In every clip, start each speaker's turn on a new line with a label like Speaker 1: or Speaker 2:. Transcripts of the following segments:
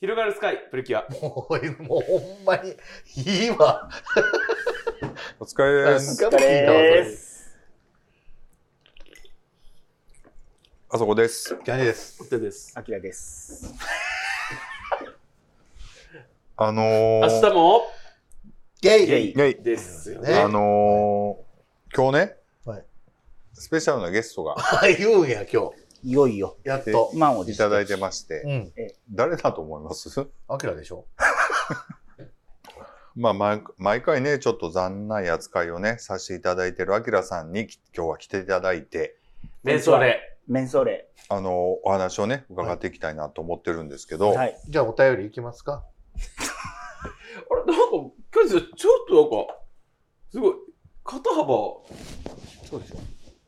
Speaker 1: 広がるスカイ、プリキュア。
Speaker 2: もう、もうほんまに、いいわ。
Speaker 3: お疲れで
Speaker 2: 何
Speaker 3: す。
Speaker 2: 回も聞いたわ、それ。
Speaker 1: す。
Speaker 3: あそこです。
Speaker 2: キャニーです。
Speaker 1: 手です。
Speaker 4: アキラです。
Speaker 3: あの
Speaker 1: 明日
Speaker 3: ー、
Speaker 1: も
Speaker 2: ゲイ
Speaker 1: ゲイ
Speaker 3: イェイ
Speaker 1: ですよ
Speaker 2: ね
Speaker 1: ね。
Speaker 3: あのー、今日ね、
Speaker 2: はい
Speaker 3: スペシャルなゲストが
Speaker 2: はい、言うんや、今日。
Speaker 4: いよいよ、
Speaker 2: やっと。
Speaker 4: 満を持
Speaker 3: い
Speaker 4: して
Speaker 3: ただいてまして、
Speaker 2: うん。
Speaker 3: 誰だと思います
Speaker 2: アキラでしょ
Speaker 3: まあ、毎毎回ね、ちょっと残ない扱いをね、させていただいてるアキラさんにき今日は来ていただいて、
Speaker 1: メンソーレ。
Speaker 4: メンソーレ。
Speaker 3: あのー、お話をね、伺っていきたいなと思ってるんですけど、
Speaker 4: はい。
Speaker 2: じゃあ、お便りいきますか。
Speaker 1: あれ、なんか、今日ちょっとなんか、すごい、肩幅、
Speaker 2: そうでしょ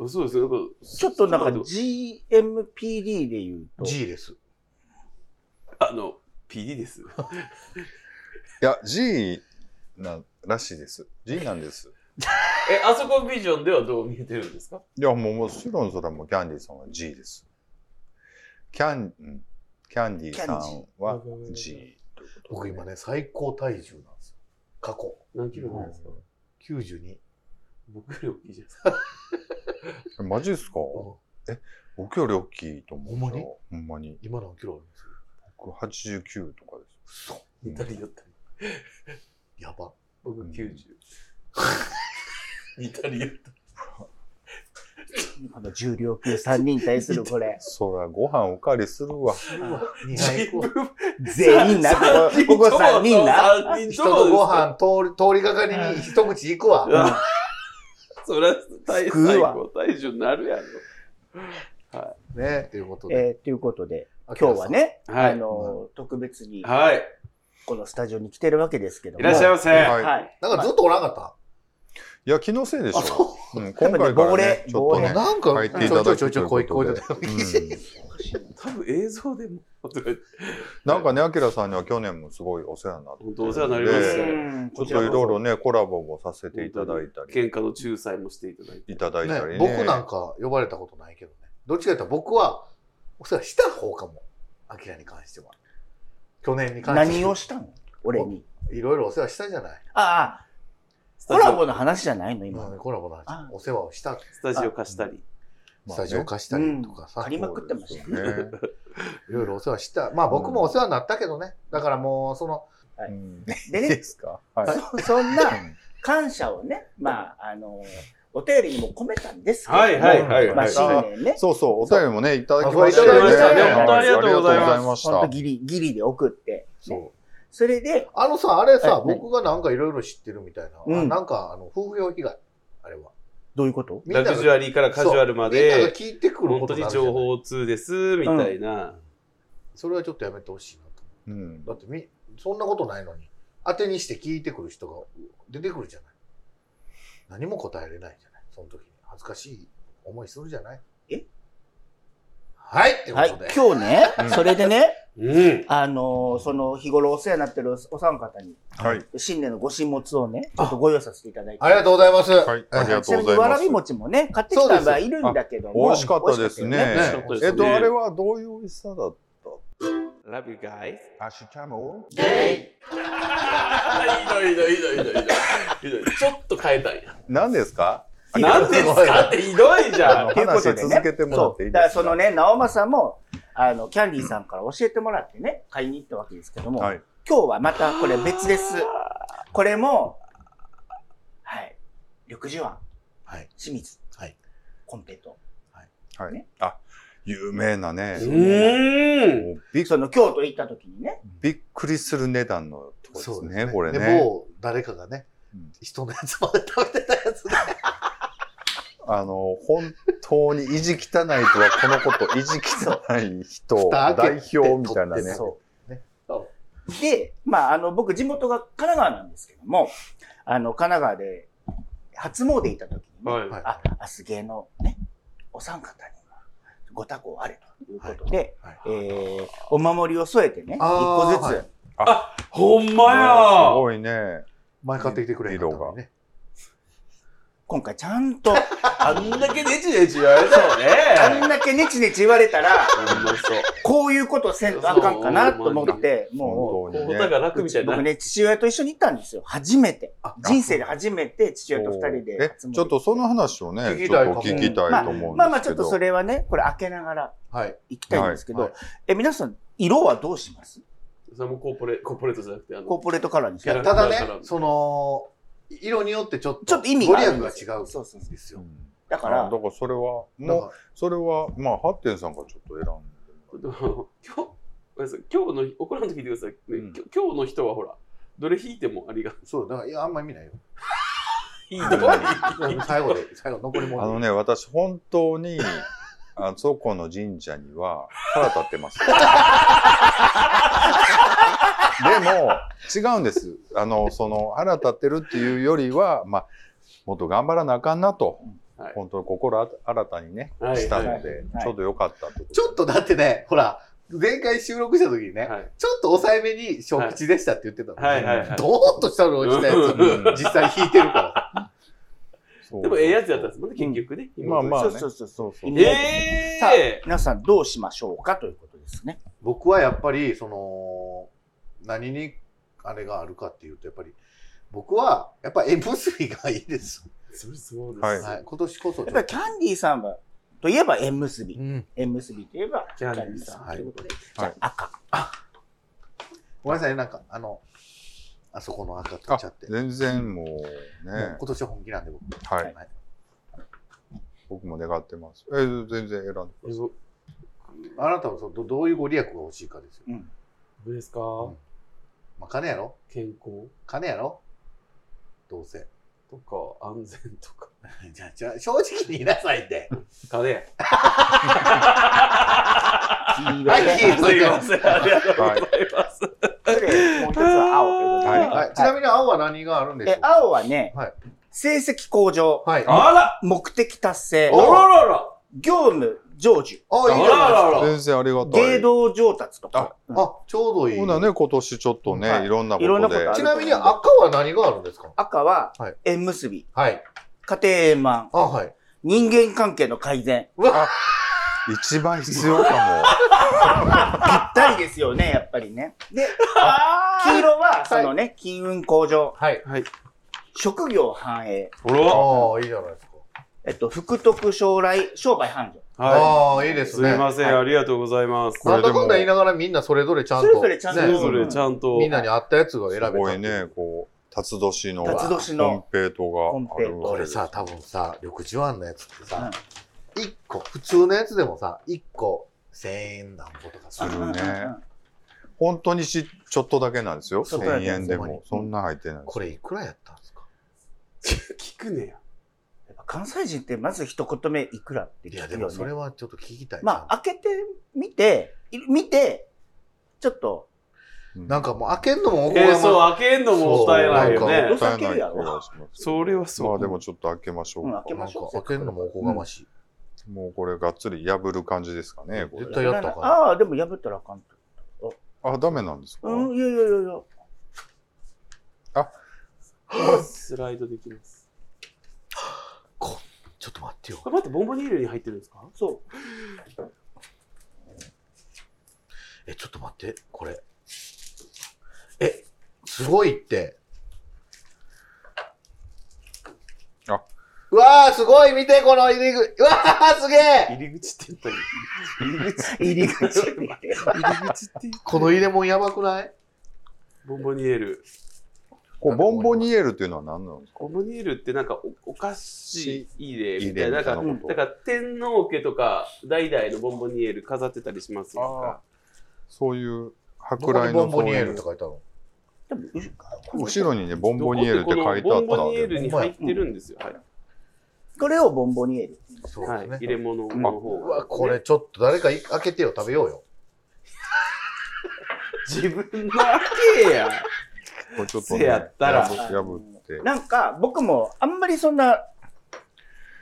Speaker 1: あそうですよ。なんか
Speaker 4: ちょっとなんか
Speaker 1: そう
Speaker 4: GMPD で言うと、
Speaker 2: ?G です。
Speaker 1: あの、PD です。
Speaker 3: いや、G ならしいです。G なんです。
Speaker 1: え、あそこビジョンではどう見えてるんですか
Speaker 3: いや、もうもちろんそれはもうキャンディーさんは G です。キャン、うんキャンディーさんは G。
Speaker 2: 僕今ね、最高体重なんですよ。過去。
Speaker 1: 何キロなんですか
Speaker 2: 92。
Speaker 1: 僕より大きいじゃないですか。
Speaker 3: えマジですか僕より大きいと思
Speaker 2: ほ
Speaker 3: う。
Speaker 2: んまに
Speaker 3: ほんまに。
Speaker 2: 今何キロあるんです
Speaker 3: 僕89とかです。、
Speaker 2: 嘘。
Speaker 1: 似たり寄ったり。
Speaker 2: やば。
Speaker 1: 僕90。似たり寄ったり。
Speaker 4: この重量級3人に対するこれ
Speaker 3: そら、ご飯おかわりするわ。
Speaker 2: 2
Speaker 1: 自
Speaker 2: 杯
Speaker 1: 分
Speaker 4: 全員 な、ここ3人な。
Speaker 1: 3人
Speaker 2: 人
Speaker 1: とも
Speaker 2: のご飯通り通りがかりに一口行くわ。
Speaker 1: うんそりゃ大
Speaker 4: 救う
Speaker 1: 最
Speaker 4: わ
Speaker 1: 高体重になるやろ
Speaker 2: ね、ということで。
Speaker 4: えーということで、今日はね、
Speaker 1: は
Speaker 4: あ
Speaker 1: い
Speaker 4: の、特別に、
Speaker 1: はい
Speaker 4: このスタジオに来てるわけですけども。
Speaker 1: いらっしゃいませは
Speaker 3: はい。
Speaker 4: はい。
Speaker 2: なんかずっとおらんかった。
Speaker 3: いや、気のせいでし
Speaker 2: あ、
Speaker 3: ょ。
Speaker 2: そ
Speaker 3: うん、今回からね、ち
Speaker 4: やっ
Speaker 3: ょ
Speaker 4: ぱ
Speaker 3: っと
Speaker 4: りね
Speaker 2: う。
Speaker 3: ね、
Speaker 2: なんか
Speaker 3: 入ってい
Speaker 2: ちょ
Speaker 3: た
Speaker 2: いちょい
Speaker 3: だ
Speaker 2: ちょ
Speaker 3: き
Speaker 2: いちょい
Speaker 3: と
Speaker 2: 声
Speaker 3: い
Speaker 2: 聞
Speaker 3: うこ
Speaker 2: ことえ
Speaker 3: で
Speaker 2: てた。
Speaker 1: 多分映像でも
Speaker 3: なんかね、アキラさんには去年もすごいお世話になって。
Speaker 1: 本当お世話になりました
Speaker 3: で
Speaker 4: うん
Speaker 3: ちょっといろいろね、コラボもさせていただいたり、
Speaker 1: 喧嘩の仲裁もしていただいて
Speaker 3: いただいた
Speaker 2: ね、
Speaker 3: りね。
Speaker 2: 僕なんか呼ばれたことないけどね。どっちかというと僕はお世話した方かも。アキラに関しては。去年に関して
Speaker 4: 何をしたの俺に。
Speaker 2: いろいろお世話したじゃない。
Speaker 4: ああ、
Speaker 1: ス
Speaker 4: コ
Speaker 1: タジ
Speaker 4: ラ
Speaker 1: オ
Speaker 4: ボの話じゃないの
Speaker 2: 今
Speaker 4: 今
Speaker 2: ね、。コラボの話
Speaker 4: あ
Speaker 2: お世話をした。
Speaker 1: スタジオ貸したり
Speaker 2: スタジオ貸したりとかさ。
Speaker 4: 借りまくってましたね。
Speaker 3: ね。
Speaker 2: いろいろお世話した。まあ僕もお世話になったけどね。だからもう、その、
Speaker 3: うん
Speaker 4: で
Speaker 3: いい
Speaker 4: ね
Speaker 3: で、すかはい。
Speaker 4: そ そんな感謝をね、まあ、あの、お便りにも込めたんですけども、
Speaker 1: はいはいはいはい
Speaker 4: まあ、新年ね、
Speaker 3: そうそう、お便りもね、いただきました
Speaker 2: あそういただきましたね
Speaker 3: はい
Speaker 2: 本当
Speaker 1: ありがとうございます
Speaker 3: ありがとうご
Speaker 4: 本
Speaker 3: ざ
Speaker 4: 当
Speaker 3: いまし
Speaker 4: ギリ、ギリで送って、
Speaker 2: そう。
Speaker 4: ねそれで、
Speaker 2: あのさ、あれさ、
Speaker 4: はいはい
Speaker 2: 僕がなんかいろいろ知ってるみたいな。
Speaker 4: うん
Speaker 2: あなんか、あの、夫婦用被害。あれは。
Speaker 4: どういうこと
Speaker 2: みんな
Speaker 1: ラ
Speaker 2: が
Speaker 1: グジュアリーからカジュアルま
Speaker 2: みんなが
Speaker 1: で
Speaker 2: 聞いてくる
Speaker 1: 本
Speaker 2: こと
Speaker 1: 当
Speaker 2: にな
Speaker 1: に
Speaker 2: るじ
Speaker 1: 情
Speaker 2: ゃない
Speaker 1: 報通ですみたいな
Speaker 2: それはちょっとやめてほしいなと。
Speaker 3: た。うん
Speaker 2: だってみ、そんなことないのに、当てにして聞いてくる人が出てくるじゃない。何も答えれないじゃない。その時に。恥ずかしい思いするじゃない。
Speaker 4: え
Speaker 2: はいってこ
Speaker 4: はい
Speaker 2: とで。、
Speaker 4: 今日ね
Speaker 3: うん、
Speaker 4: それでね、
Speaker 1: うん
Speaker 4: あのーその日頃お世話になってるお三方に、
Speaker 3: はい。
Speaker 4: 新年のご神物をね、ちょっとご用意させていただいて。
Speaker 2: ありがとうございます。
Speaker 3: はい。ありが
Speaker 4: ち
Speaker 3: と
Speaker 4: な
Speaker 3: うござ
Speaker 4: みに
Speaker 3: い
Speaker 4: わ
Speaker 3: ま
Speaker 4: ら
Speaker 3: す
Speaker 4: び。餅もね、買ってきたのはいるんだけども。
Speaker 3: 美味しかったです
Speaker 4: 美味しかったよ
Speaker 3: ね。
Speaker 1: 美味しかったですね
Speaker 3: えっと、あれはどういう美味しさだっ
Speaker 1: Love you guys
Speaker 3: たアシュチャモ
Speaker 1: あーひどいひどいひどいひどいひどいちょっと変えた んや
Speaker 3: 何ですか
Speaker 1: 何ですかってひどいじゃん
Speaker 3: あの話続けてもらっていいですか
Speaker 4: そうだからそのね、直政も、あの、キャンディーさんから教えてもらってね、買いに行ったわけですけども、
Speaker 3: はい。
Speaker 4: 今日はまたこれ別です。これも、はい。緑樹庵、
Speaker 2: はい。
Speaker 4: 清水、
Speaker 2: はい。
Speaker 4: コンペと。
Speaker 3: はい
Speaker 4: ね。
Speaker 3: あ、有名なね
Speaker 1: う。ーん
Speaker 3: もうびっ
Speaker 4: その京都行った時にね、
Speaker 3: びっくりする値段のとこですね、これ
Speaker 2: で
Speaker 3: ね。
Speaker 2: 某誰かがね
Speaker 3: うん、
Speaker 2: 人のやつまで食べてたやつね。
Speaker 3: あの、本当に意地汚いとはこのこと、意地汚い人を
Speaker 2: 蓋
Speaker 3: 代
Speaker 2: 開けて
Speaker 3: 表みたいな
Speaker 2: 取って
Speaker 3: ね。
Speaker 2: ね
Speaker 4: そう。で、まあ、あの、僕、地元が神奈川なんですけども、あの、神奈川で初詣行った時に、ね
Speaker 1: はい
Speaker 2: はい
Speaker 4: あ、あすげえのね、お三方にご多幸あれということで、
Speaker 2: はい
Speaker 4: えーお守りを添えてね、一
Speaker 2: あ
Speaker 4: 個
Speaker 2: ー
Speaker 4: ずつ、
Speaker 2: はい
Speaker 1: ほん
Speaker 3: す
Speaker 1: まや
Speaker 3: ごいね。
Speaker 2: 前買ってきてくれへんかったのにね。
Speaker 4: 今回ちゃんと、
Speaker 1: あんだけネチネチ言われたら
Speaker 4: あん
Speaker 1: ね。
Speaker 4: だけネチネチ言われたら、
Speaker 1: ほんまそう。
Speaker 4: こういうことせんとあかんかなと思って、も
Speaker 3: 本当に
Speaker 1: お
Speaker 3: ね。
Speaker 1: 互い楽みたいな
Speaker 4: 僕。ね、父親と一緒に行ったんですよ。初めて。人生で初めて父親と二人で
Speaker 3: え
Speaker 4: 初詣行て。
Speaker 3: ちょっとその話をね
Speaker 2: 聞、き
Speaker 3: ちょ
Speaker 2: た
Speaker 3: っ
Speaker 2: い
Speaker 3: と聞きたいと思うんですけど。
Speaker 4: まあまあちょっとそれはね、これ開けながら
Speaker 2: はい。
Speaker 4: 行きたいんですけど、
Speaker 2: はいは
Speaker 4: え、皆さん、色はどうします
Speaker 1: それもコーポレ、コーポレートじゃなくて、あの、
Speaker 4: コーポレートカラーにし
Speaker 1: いやだ
Speaker 2: た
Speaker 4: た
Speaker 2: だ
Speaker 1: だか
Speaker 2: ね
Speaker 1: ら、
Speaker 2: その、色によってちょっと、
Speaker 4: ちょっと意味があるん
Speaker 2: ご
Speaker 4: で
Speaker 2: 利
Speaker 4: す
Speaker 2: 益
Speaker 4: よ
Speaker 2: が違う。
Speaker 4: そうそうそう
Speaker 2: です
Speaker 3: う
Speaker 2: よ。
Speaker 3: ん
Speaker 4: だか
Speaker 3: あ
Speaker 4: ら
Speaker 3: だ、からそれは、も
Speaker 2: だか
Speaker 3: う、それは、まあ、ハッテンさんがちょっと選んでも
Speaker 1: でも今日、ごめんなさい今日の、怒らんと聞いてください。ね
Speaker 3: うん
Speaker 1: きょ今日の人はほら、どれ引いてもありが
Speaker 2: らそう、だから、いや、あんま意味ないよ。
Speaker 1: いい とこに。
Speaker 2: 最後で、最後、残り物。
Speaker 3: あのね、私、本当 に、あそこの神社には腹立って ます。でも、違うんです。あの、その、腹立ってるっていうよりは、まあ、もっと頑張らなあかんなと、
Speaker 1: はい
Speaker 3: 本当に心あ新たにね、
Speaker 1: はい
Speaker 3: したので、
Speaker 4: はい
Speaker 3: ちょうどよかったってこと
Speaker 2: ちょっとだってね、ほら、前回収録した時にね、
Speaker 1: はい
Speaker 2: ちょっと抑えめに小口でしたって言ってたの、
Speaker 1: はいはいはい。
Speaker 2: ドーンとしたの落ちたやつ、
Speaker 1: うん
Speaker 2: 実際弾いてるから。
Speaker 3: そう
Speaker 1: でも、ええやつやったんですもんね、結局ね。
Speaker 3: まあまあ、ね、
Speaker 4: そう
Speaker 3: そうそう
Speaker 4: う
Speaker 1: え
Speaker 4: さあ
Speaker 1: え、
Speaker 4: 皆さんどうしましょうかということですね。
Speaker 2: 僕はやっぱり、その、何にあれがあるかっていうと、やっぱり、僕は、やっぱ縁結びがいいです。
Speaker 1: それそうです。
Speaker 3: はい
Speaker 2: はい、今年こそ
Speaker 4: やっ
Speaker 2: ち
Speaker 4: ぱ
Speaker 2: ょ
Speaker 4: り
Speaker 2: っ
Speaker 4: キャンディーさんは、といえば縁結び
Speaker 2: と。う。ん。
Speaker 4: 縁結びといえば
Speaker 1: キ
Speaker 4: キ
Speaker 1: ャン
Speaker 4: ャン
Speaker 1: デ
Speaker 4: デ
Speaker 1: ィ
Speaker 4: ィ
Speaker 1: ー
Speaker 4: ー
Speaker 1: さ
Speaker 4: さ
Speaker 1: ん
Speaker 4: ん
Speaker 2: はい
Speaker 4: ということで、
Speaker 3: はい
Speaker 4: じゃあ赤。
Speaker 2: ごめんなさい、なんか、あの、あそこの赤取っちゃって。もう
Speaker 3: 全然もうね
Speaker 2: 今、年は本気なんで僕。
Speaker 3: はい
Speaker 2: はい
Speaker 3: 僕も願ってます。えー、全然選んで。
Speaker 1: えそ
Speaker 2: あなたはそのどどういうご利益が欲しいかですよ。
Speaker 4: うん。
Speaker 1: 僕ですか
Speaker 2: んまあ、金やろ
Speaker 1: 健康
Speaker 2: 金やろどうせ。
Speaker 1: とか、安全とか。
Speaker 2: じゃあ、じゃあ正直に言いなさいって。
Speaker 1: 金。
Speaker 2: はい、いいよ
Speaker 1: すいません。ありがとうございます。
Speaker 4: それもう一つは青ということで、
Speaker 1: はい
Speaker 2: はい、ちなみに青は何があるんでしょ
Speaker 4: え
Speaker 2: う、か
Speaker 4: 青はね、
Speaker 2: はい
Speaker 4: 成績向上、
Speaker 2: はい。あ
Speaker 1: あら
Speaker 4: 目的達成、
Speaker 1: あららら
Speaker 4: 業務成
Speaker 2: あ、
Speaker 4: 就、
Speaker 2: いいじゃ
Speaker 1: あららら
Speaker 2: ないです
Speaker 3: 全然ありがたい。
Speaker 4: 芸能上達とか、うん
Speaker 2: か。あ、ちょうどいい。
Speaker 3: ほなね、今年ちょっとね、
Speaker 4: はい
Speaker 3: い、ろんなこ
Speaker 4: いろん
Speaker 3: と
Speaker 4: なこと
Speaker 3: で
Speaker 4: あ。
Speaker 2: ちなみに赤は何があるんですか
Speaker 4: 赤は
Speaker 2: はい
Speaker 4: 縁結び、
Speaker 2: はい。
Speaker 4: 家庭円満、
Speaker 2: あ、はい。
Speaker 4: 人間関係の改善。
Speaker 2: うわ、
Speaker 3: 一番必要か
Speaker 4: ぴったりですよね、やっぱりね。で、黄色は、そのね、金運向上、
Speaker 2: はい。
Speaker 4: 職業繁栄、
Speaker 1: ほら
Speaker 2: ああ、いいじゃないですか。
Speaker 4: えっと、福徳将来、商売繁盛。
Speaker 1: は
Speaker 2: ああ、いいで
Speaker 1: い。
Speaker 2: す
Speaker 1: す
Speaker 2: ね。
Speaker 1: いません、
Speaker 4: はい
Speaker 1: ありがとうございます。
Speaker 3: こ
Speaker 2: なん
Speaker 3: れで
Speaker 2: だ
Speaker 3: も
Speaker 2: かんだ言いながらみんなそれぞれちゃんと。
Speaker 4: それぞれちゃんと
Speaker 1: それ
Speaker 2: ね
Speaker 1: ぞれちゃんと。
Speaker 2: みんなに合ったやつが
Speaker 3: も。
Speaker 2: 選べ
Speaker 3: す
Speaker 2: た。
Speaker 3: ごいね、こう、辰年の、
Speaker 4: 辰年の
Speaker 3: コンペイトがあるわ
Speaker 2: こ
Speaker 3: けで
Speaker 2: れ
Speaker 3: す。
Speaker 2: さ、多分さ、緑茶碗のやつってさ、一、個、普通のやつでもさ、一個、千円なんぼとか
Speaker 3: す
Speaker 2: さ
Speaker 3: る。
Speaker 4: うんうんうん
Speaker 3: ね本当にし、ちょっとだけなんですよ。
Speaker 4: ちょっとだ
Speaker 3: 1000
Speaker 4: け
Speaker 3: 円で
Speaker 2: ほんま
Speaker 3: も
Speaker 2: に。
Speaker 3: そんな入ってないです。
Speaker 2: これいくらやったんですか
Speaker 1: 聞くねや。
Speaker 4: やっぱ関西人ってまず一言目いくらって
Speaker 2: い
Speaker 4: 聞く
Speaker 2: や、
Speaker 4: よ、ね。
Speaker 2: でもそれはちょっと聞きたい。
Speaker 4: まあ、開けてみて、い見て、ちょっと、
Speaker 3: うん
Speaker 2: なんかもう開けんのもおこ
Speaker 1: え
Speaker 2: が
Speaker 1: ー、
Speaker 2: ま
Speaker 1: そう、開けんのもったいないよ
Speaker 3: も
Speaker 1: ね
Speaker 3: っ。
Speaker 4: そう
Speaker 3: たいない気がします。
Speaker 1: それはそう
Speaker 3: まあでもちょっと開けましょう
Speaker 4: うん
Speaker 3: か
Speaker 4: 開。け
Speaker 2: な
Speaker 4: ま
Speaker 2: ん
Speaker 4: しょ
Speaker 2: か
Speaker 4: う。
Speaker 2: 開けんのもおこがましい。
Speaker 3: もうこれがっつり破る感じですかね、これ
Speaker 2: 絶。対やったらあかん
Speaker 4: ああ、でも破ったらあかんと。
Speaker 3: あ、ダメなんですか、
Speaker 4: うん、いやいやいやいや。
Speaker 1: スライドできます。
Speaker 2: ちょっと待ってよ。
Speaker 1: これまたボンボニールに入ってるんですか
Speaker 4: そ
Speaker 2: え、ちょっと待って、これ。え、すごいって。
Speaker 3: あ
Speaker 2: うわー、すごい見て、この入り口。うわー、すげえ
Speaker 1: 入り口って言った
Speaker 4: う。入り口見て。
Speaker 1: ら入り口って言った
Speaker 2: この入れ物やばくない
Speaker 1: ボンボニエル。
Speaker 3: こうボンボニエルっていうのは何なんですか
Speaker 1: ボンボニエルってなんかおお菓子入れみたいな。なん
Speaker 3: 入れみたい
Speaker 1: か
Speaker 3: なこ
Speaker 4: うん
Speaker 3: と
Speaker 1: だから天皇家とか代々のボンボニエル飾ってたりします
Speaker 3: ああ
Speaker 1: よ。
Speaker 3: そういう、
Speaker 2: ど
Speaker 3: 舶
Speaker 2: こ
Speaker 3: 来
Speaker 2: にボ
Speaker 3: の
Speaker 2: ンボ
Speaker 3: そう
Speaker 2: ニエ
Speaker 3: い
Speaker 2: ルっ
Speaker 3: う
Speaker 2: て。書いてあるの
Speaker 4: でも、後
Speaker 3: 後ろにね、ボ
Speaker 1: ボ
Speaker 3: ンボニエルって書いてあった
Speaker 1: ボンボニエル
Speaker 3: ら、
Speaker 1: に入ってるんですよ。はい。
Speaker 4: これをボンボニエル。
Speaker 2: そう
Speaker 1: はい、
Speaker 2: です
Speaker 1: 入
Speaker 2: ね。
Speaker 1: れ物の方
Speaker 2: う
Speaker 1: が、
Speaker 2: わ、これ。ちょっと誰かい開けてよ、食べようよ。
Speaker 1: 自分の開けや。
Speaker 3: これちょっと
Speaker 1: せ
Speaker 3: ね、
Speaker 1: やったら
Speaker 3: 破破って。
Speaker 4: なんか、僕もあんまりそんな、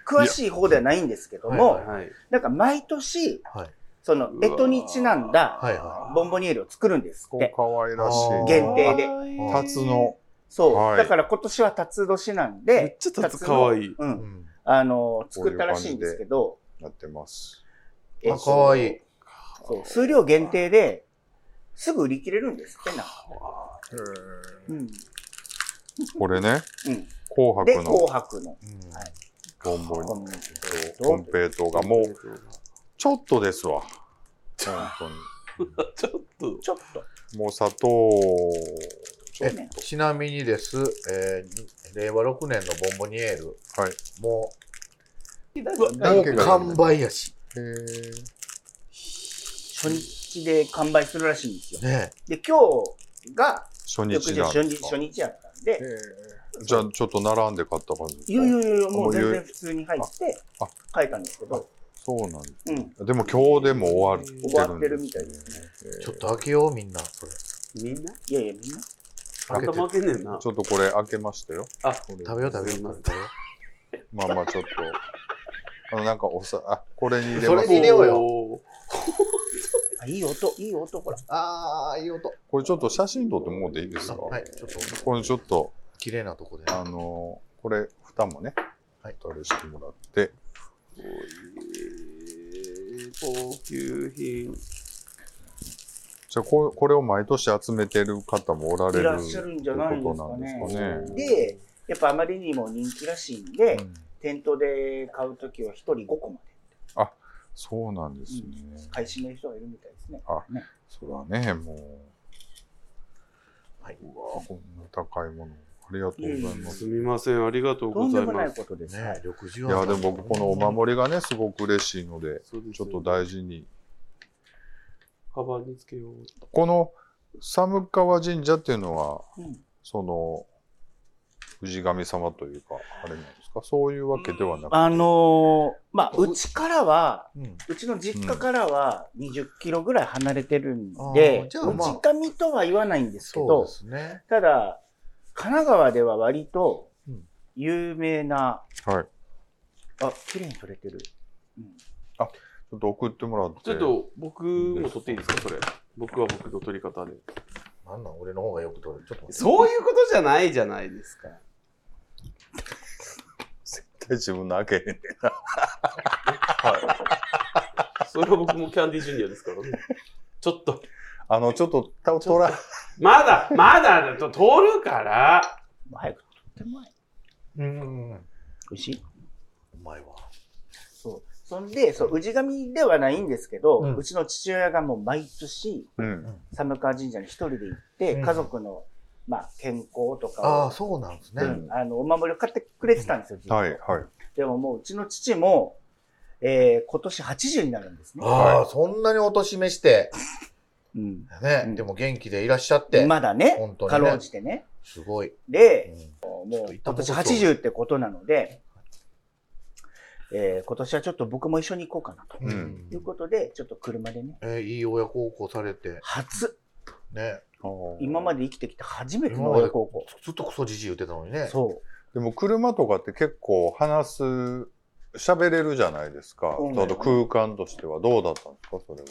Speaker 4: 詳しい方ではないんですけど
Speaker 2: いや
Speaker 4: も、
Speaker 1: はい。
Speaker 4: なんか毎年、
Speaker 2: はい。
Speaker 4: その、干支にちなんだ
Speaker 2: はいは
Speaker 4: ボンボニエルを作るんですっ
Speaker 3: こう
Speaker 4: て。
Speaker 3: 可愛らしい。
Speaker 4: 限定で
Speaker 1: で
Speaker 3: タツの
Speaker 4: そう、
Speaker 3: はい
Speaker 4: だから今年は辰年なん
Speaker 1: めっ
Speaker 4: で、
Speaker 1: ちゃ立つ可愛い。
Speaker 4: う、
Speaker 2: うんん。
Speaker 4: あの、作ったらしいんですけど、
Speaker 3: やってます。
Speaker 2: あ、かわい
Speaker 4: い。
Speaker 2: い。
Speaker 4: そう数量限定で、すぐ売り切れるんですってな。うん。
Speaker 3: これね、
Speaker 4: うん。
Speaker 3: 紅
Speaker 4: で、
Speaker 3: 白
Speaker 4: 紅
Speaker 3: の
Speaker 4: 白の。
Speaker 3: ボンボン
Speaker 4: コン
Speaker 3: とコンペイトーがもう、ちょっとですわ。本当に。
Speaker 1: ちょっと、
Speaker 4: ちょっと。
Speaker 3: もう砂糖、ちょっ
Speaker 4: ね
Speaker 2: ちなみにです、えー令和6年のボンボニエール、
Speaker 3: と。はい。
Speaker 2: もう、
Speaker 3: だ
Speaker 2: もう完売やし。
Speaker 4: 初日で完売するらしいんですよ。
Speaker 2: ね
Speaker 4: で、今日が、
Speaker 3: 初
Speaker 4: 翌日
Speaker 3: 日なん
Speaker 4: 初
Speaker 3: で
Speaker 4: 日
Speaker 3: すか
Speaker 4: 初日やったんで、
Speaker 3: じゃあ、ちょっと並んで買った感じですか
Speaker 4: いやいやいや、もう全
Speaker 3: もう
Speaker 4: 然普通に入って
Speaker 3: ああ、
Speaker 4: 書いたんですけど、
Speaker 3: そうなんです。
Speaker 4: うん。
Speaker 3: でも今日でも終わってるんです
Speaker 4: 終わってるみたいですね。
Speaker 2: えちょっと開けよう、みんな。それ
Speaker 1: みんない
Speaker 4: やいや、みんな。
Speaker 2: 開けて
Speaker 1: 頭開けねんな
Speaker 3: ち。ょっとこれ開けましたよ。
Speaker 1: あ、
Speaker 2: 食べよう、食べよう、食べよ
Speaker 3: まあまあちょっと。あのなんかおさ、あ、これに入れ
Speaker 2: そ
Speaker 3: ま
Speaker 2: れ
Speaker 3: す
Speaker 2: に。入れようよ。
Speaker 1: よ。
Speaker 4: あいい音、いい音、ほら。
Speaker 2: あー、いい音。
Speaker 3: これちょっと写真撮ってもうていいですか
Speaker 2: はい、ちょっと、
Speaker 3: これちょっと、
Speaker 2: 綺麗なとこで。
Speaker 3: あのこれ、蓋もね、
Speaker 2: はい
Speaker 3: 取りしてもらって、
Speaker 1: おい高級品。
Speaker 3: じゃあここれを毎年集めてる方もおられる
Speaker 4: いらっしゃるんじゃない
Speaker 3: っ
Speaker 4: ですかね
Speaker 3: てことなんですかね。
Speaker 4: で、やっぱあまりにも人気らしいんで、
Speaker 3: うん
Speaker 4: 店頭で買うときは1人5個まで
Speaker 3: そうなんですね。
Speaker 4: 買い占める人がいるみたいですね。
Speaker 3: そらね、もう。
Speaker 2: はいう
Speaker 3: わこんな高いもの。ありがとうございます。
Speaker 1: すみません、ありがとう
Speaker 4: と
Speaker 1: ご
Speaker 4: ん
Speaker 1: ざ
Speaker 4: で
Speaker 1: い
Speaker 4: もな
Speaker 1: ま
Speaker 4: い
Speaker 1: す。
Speaker 4: ことです。
Speaker 2: ね緑
Speaker 3: い
Speaker 2: 十
Speaker 3: や、でも僕このお守りがね、すごく嬉しいので、
Speaker 1: そうです
Speaker 3: ちょっと大事に。
Speaker 1: カバンにつけよう。
Speaker 3: この寒川神社っていうのは、
Speaker 4: うん
Speaker 3: その、氏神様というか、あれなんですかそういうわけではなく、
Speaker 4: あのーまあ、
Speaker 2: う
Speaker 4: うちからは、
Speaker 2: うん。
Speaker 4: うちの実家からは20キロぐらい離れてるん
Speaker 2: あー
Speaker 4: で、
Speaker 2: じゃあまあ
Speaker 4: うち神とは言わないんですけ
Speaker 2: そう
Speaker 4: ど
Speaker 2: で、すね。
Speaker 4: ただ、神奈川では割と
Speaker 2: うん
Speaker 4: 有名な、
Speaker 3: はい。
Speaker 4: あ、綺麗に撮れてる。うん
Speaker 3: ちょっと送ってもらって。
Speaker 1: ちょっと僕も撮っていいですか、それ。僕は僕の撮り方で。
Speaker 2: なんなん、俺の方がよく撮る。ちょっと待って。
Speaker 1: そういうことじゃないじゃないですか。
Speaker 3: 絶対自分の開けへんね。
Speaker 1: それは僕もキャンディージュニアですからね。ちょっと、
Speaker 3: あの、ちょっと、たとら、
Speaker 1: まだ、まだ、と撮るから。
Speaker 4: 早く撮ってもらえ。
Speaker 2: うん。う
Speaker 4: 美味しい
Speaker 2: まいわ。
Speaker 4: そう。そんで、そう、氏神ではないんですけど、
Speaker 2: う
Speaker 4: うんちの父親がもう毎年、
Speaker 3: うん。
Speaker 4: 寒川神社に一人で行って、
Speaker 2: うん
Speaker 4: 家族の、まあ、健康と
Speaker 2: ああ、
Speaker 4: か
Speaker 2: そうなんです
Speaker 4: を、う
Speaker 2: ね。
Speaker 4: んあの、お守りを買ってくれてたんですよ、ずっと
Speaker 3: はい、はい。
Speaker 4: でももう、うちの父も、えー、今年80になるんですね。
Speaker 2: ああ、そんなにお年めして、
Speaker 4: うん。う
Speaker 2: ね、
Speaker 4: ん
Speaker 2: でも元気でいらっしゃって、
Speaker 4: まだね、
Speaker 2: 本当
Speaker 4: か
Speaker 2: に
Speaker 4: ろう
Speaker 2: ね。
Speaker 4: じてね。
Speaker 2: すごい。
Speaker 4: で、
Speaker 2: うん
Speaker 4: も
Speaker 2: と
Speaker 4: う、
Speaker 2: 一旦
Speaker 4: 今
Speaker 2: 戻そ
Speaker 4: 年
Speaker 2: う
Speaker 4: 80ってことなので、えー、今年はちょっと僕も一緒に行こうかなと。
Speaker 3: うん
Speaker 2: うん
Speaker 4: いうことで、ちょっと車でね、
Speaker 2: えーいい親孝行されて、
Speaker 4: 初、
Speaker 2: ね、
Speaker 4: 今ま
Speaker 3: で。
Speaker 4: で生きてきて初めての親孝行。
Speaker 2: ずっとクソじじい言ってたのにね。
Speaker 4: そう。
Speaker 3: でも車とかって結構話す、喋れるじゃないですか。
Speaker 4: そう
Speaker 3: あ
Speaker 4: ね
Speaker 3: と空間としてはどうだったんですかそれは。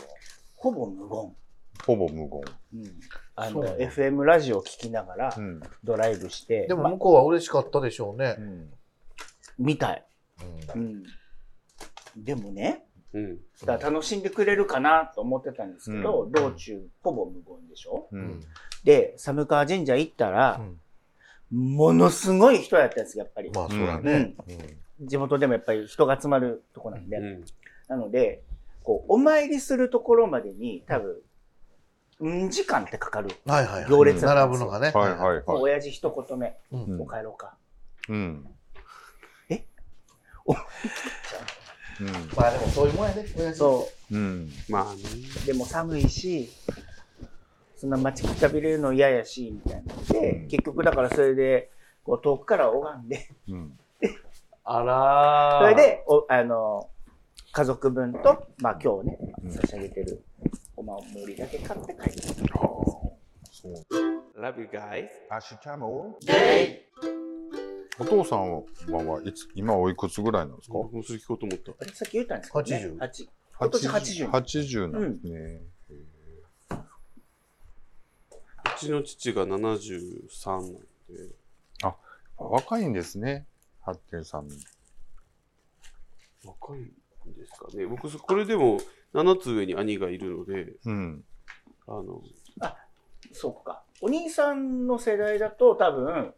Speaker 4: ほぼ無言。
Speaker 3: ほぼ無言。
Speaker 4: うんあ
Speaker 2: そう
Speaker 4: の、FM ラジオを聞きながら
Speaker 3: うん。
Speaker 4: ドライブして、
Speaker 2: でも
Speaker 4: ま
Speaker 2: 向こうは嬉しかったでしょうね。
Speaker 4: 見たい。
Speaker 2: うん
Speaker 4: うん。でもね、
Speaker 1: うん。
Speaker 4: だから楽しんでくれるかなと思ってたんですけど、
Speaker 3: う
Speaker 4: 道中ほぼ無言でしょ
Speaker 3: う
Speaker 2: うんん。
Speaker 4: で、寒川神社行ったら、
Speaker 2: う
Speaker 4: ものすごい人やったんですよ、やっぱり
Speaker 2: ん。まあ、そうだね。
Speaker 4: 地元でもやっぱり人が集まるとこなんで。
Speaker 1: うん。
Speaker 4: なので、こう、お参りするところまでに多分、うん時間ってかかる。
Speaker 2: うんはいはいはい。
Speaker 4: 行列
Speaker 2: 並ぶのがね。
Speaker 3: はいはい
Speaker 4: もう
Speaker 3: はい。
Speaker 4: 親父一言目、
Speaker 2: うん
Speaker 3: うん
Speaker 4: お帰ろうか。
Speaker 3: うん。
Speaker 4: え
Speaker 3: う
Speaker 4: お
Speaker 3: ん。
Speaker 2: まあでもそういうもんやね、親父。
Speaker 4: そう。
Speaker 3: うん。
Speaker 1: まあね。
Speaker 4: でも寒いし、そんな待ちくたびれるの嫌やし、みたいな。で、結局だからそれで、こう遠くから拝んで、
Speaker 3: うん。
Speaker 1: あら
Speaker 4: そ
Speaker 1: ー
Speaker 4: れ、で、おあの、家族分と、まあ今日ね
Speaker 3: うん、
Speaker 4: 差し上げてるお守りだけ買って帰ってきた。
Speaker 3: そう。
Speaker 1: Love you guys.
Speaker 3: 明日もお父さんはいつ今おいくつぐらいなんですか
Speaker 1: 僕もそれ聞こうと思った。
Speaker 4: あれさっき言ったんですけど、ね
Speaker 2: 80、
Speaker 4: 80。今年80
Speaker 3: 80なんですね、
Speaker 1: うちの父が73なんって。
Speaker 3: 若いんですね、ハッテンさん。
Speaker 1: 若いんですかね。僕、そこれでも、7つ上に兄がいるので、
Speaker 3: うん。
Speaker 1: あの、
Speaker 4: そっか。お兄さんの世代だと多分、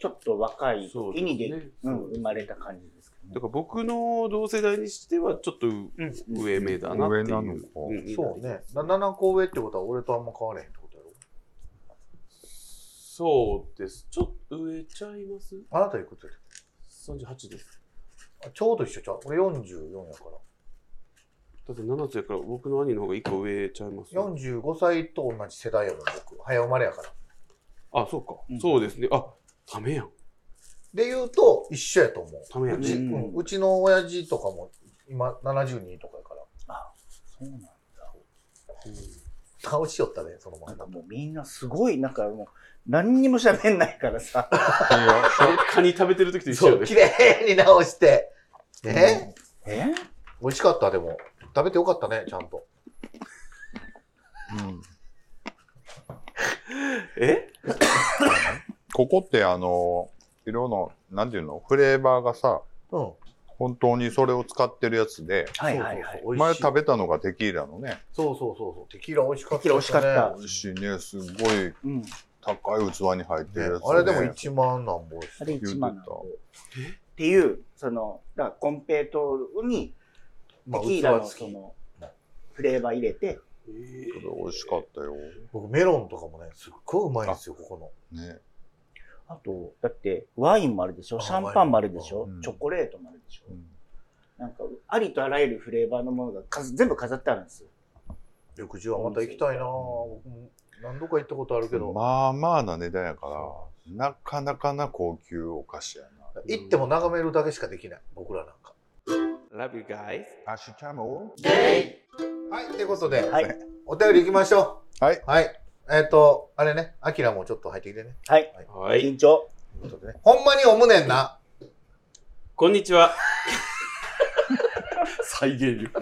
Speaker 4: ちょっと若い
Speaker 1: そう
Speaker 4: 意味で
Speaker 1: ですね
Speaker 4: うん、生まれた感じですけ
Speaker 1: だ
Speaker 4: ど
Speaker 1: か
Speaker 4: ね。
Speaker 1: ら僕の同世代にしては、ちょっと
Speaker 4: うん
Speaker 1: 上目だなっていう。
Speaker 3: 上なの
Speaker 1: ん
Speaker 3: か
Speaker 2: そうね。な7個上ってことは俺とあんま変わらへんってことやろ
Speaker 1: そうです。ちょっと上ちゃいます
Speaker 2: あなたいくつや
Speaker 1: ?38 です。
Speaker 2: あちょうど一緒ちゃう。俺44やから。
Speaker 1: だって7つやから僕の兄の方が1個上ちゃいます
Speaker 2: 45歳と同じ世代やもん、僕。早生まれやから。
Speaker 1: あ、そうか、
Speaker 4: うん
Speaker 1: そうですね。あ、ためやん。
Speaker 2: で言うと、一緒やと思う。
Speaker 1: ためや
Speaker 2: うんち、
Speaker 1: ね。
Speaker 2: うんうちの親父とかも、今72とかやから。
Speaker 4: そうなんだ。
Speaker 2: 倒しよったね、その
Speaker 4: な
Speaker 2: ま
Speaker 4: ん
Speaker 2: ま
Speaker 4: か。もうみんなすごい、なんかもう何にも喋んないからさ。
Speaker 1: カニ食べてる時と一緒
Speaker 2: そ
Speaker 1: よ
Speaker 2: う、
Speaker 1: ね。
Speaker 2: 綺麗に直して。え
Speaker 4: え
Speaker 2: 美味しかった、でも。食べてよかったね、ちゃんと。
Speaker 3: うん
Speaker 1: え
Speaker 3: ここってあの、色の、なんていうの、フレーバーがさ、
Speaker 2: うん。
Speaker 3: 本当にそれを使ってるやつで、
Speaker 4: はいはいはい。
Speaker 2: そうそうそう美
Speaker 3: 前
Speaker 2: 味しい
Speaker 3: 食べたのがテキーラのね、
Speaker 2: そうそうそうそう。テキーラ美味しかった、
Speaker 4: テキーラ美味しかった
Speaker 3: 美味しいね、すごい
Speaker 4: うん。
Speaker 3: 高い器に入ってるやつ、ね
Speaker 2: ね。あれでも1万なんぼ
Speaker 4: あれ
Speaker 3: 言う
Speaker 4: 一
Speaker 3: て
Speaker 4: 万なんだっていう、その、だからコンペイトーにテキーラのその、フレーバー入れて、
Speaker 1: え
Speaker 3: た。
Speaker 1: ー
Speaker 3: それ美味しかったよ。
Speaker 2: 僕メロンとかもね、すっごいうまいんですよ、ここの。
Speaker 3: ね。
Speaker 4: あと、だって、ワインもあるでしょ
Speaker 2: あ
Speaker 4: シャンパンもあるでし
Speaker 3: ワイ
Speaker 4: ょ
Speaker 3: ンもうん
Speaker 4: チョコレートもあるでしょ
Speaker 3: うん
Speaker 4: なんか、ありとあらゆるフレーバーのものがかず全部飾ってあるんですよ。
Speaker 2: 緑地はまた行きたいなぁ僕も何度か行ったことあるけど。
Speaker 3: まあまあな値段やか
Speaker 2: 行
Speaker 3: ら、なかなかな高級お菓子やな。
Speaker 2: っても眺めるだけしかできない、僕らなんか。
Speaker 1: Love you guys.
Speaker 3: アッシュチャム
Speaker 2: はい、ということで、
Speaker 4: はい。
Speaker 2: お便り行きましょう。
Speaker 3: はい。
Speaker 2: はい。えっ、と、あれね、アキラもちょっと入ってきてね。
Speaker 4: はい。
Speaker 1: はい。
Speaker 4: 緊張。
Speaker 2: ということでねほんまにおむねんな。
Speaker 1: こんにち は。再現力。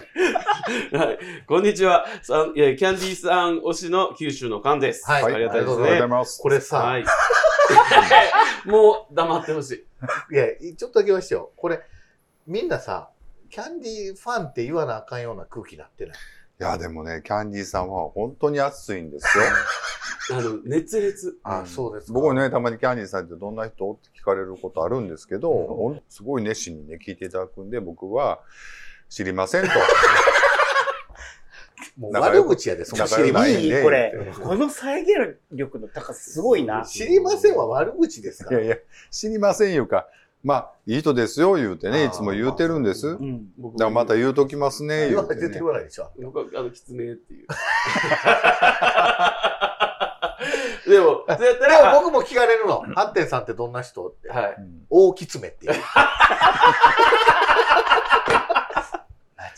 Speaker 1: はい。こんにちは。さんえーキャンディーさん推しの九州のカンです。
Speaker 2: はい
Speaker 1: ありがたいで
Speaker 2: ありがとう
Speaker 1: す
Speaker 2: ござ
Speaker 1: ね。
Speaker 3: ます。
Speaker 2: これさ、、
Speaker 1: はいい。 もう黙ってほしい。
Speaker 2: や、ちょっとだけ言わしてよ。これ、みんなさ、キャンディーファンって言わなあかんような空気になってない。
Speaker 3: いや、でもね、キャンディーさんは本当に熱いんですよ。
Speaker 1: あの、熱烈。
Speaker 2: あ
Speaker 3: うん
Speaker 2: そうですか
Speaker 3: 僕もね、たまにキャンディーさんってどんな人って聞かれることあるんですけど、
Speaker 2: うん
Speaker 3: ほんすごい熱心にね、聞いていただくんで、僕は知りませんと。
Speaker 2: もう
Speaker 3: 仲良
Speaker 2: 悪
Speaker 3: く
Speaker 2: 口やで、その
Speaker 3: 仲良くないいんで
Speaker 4: いいこれ
Speaker 3: 言って
Speaker 4: この再現力の高さすごいな。
Speaker 2: 知りませんは悪口ですか
Speaker 3: い
Speaker 2: ら。
Speaker 3: やいや、知りませんいうか、まあ、いい人ですよ、言うてね、
Speaker 2: あー
Speaker 3: いつも言うてるんです。だ
Speaker 4: う
Speaker 3: か
Speaker 4: ん。
Speaker 1: 僕
Speaker 3: らまた言うときますね、
Speaker 2: 言
Speaker 3: 言
Speaker 2: わ
Speaker 3: うて、
Speaker 2: 絶対
Speaker 3: ね
Speaker 2: 言。わないでしょ。
Speaker 1: 僕は、あの、狐っていう。 でも、そうやった
Speaker 2: で
Speaker 1: ら、
Speaker 2: も僕も聞かれるの。ハッテンさんってどんな人って。
Speaker 1: はい。
Speaker 3: うん
Speaker 2: 大きつ めっていう。
Speaker 4: 間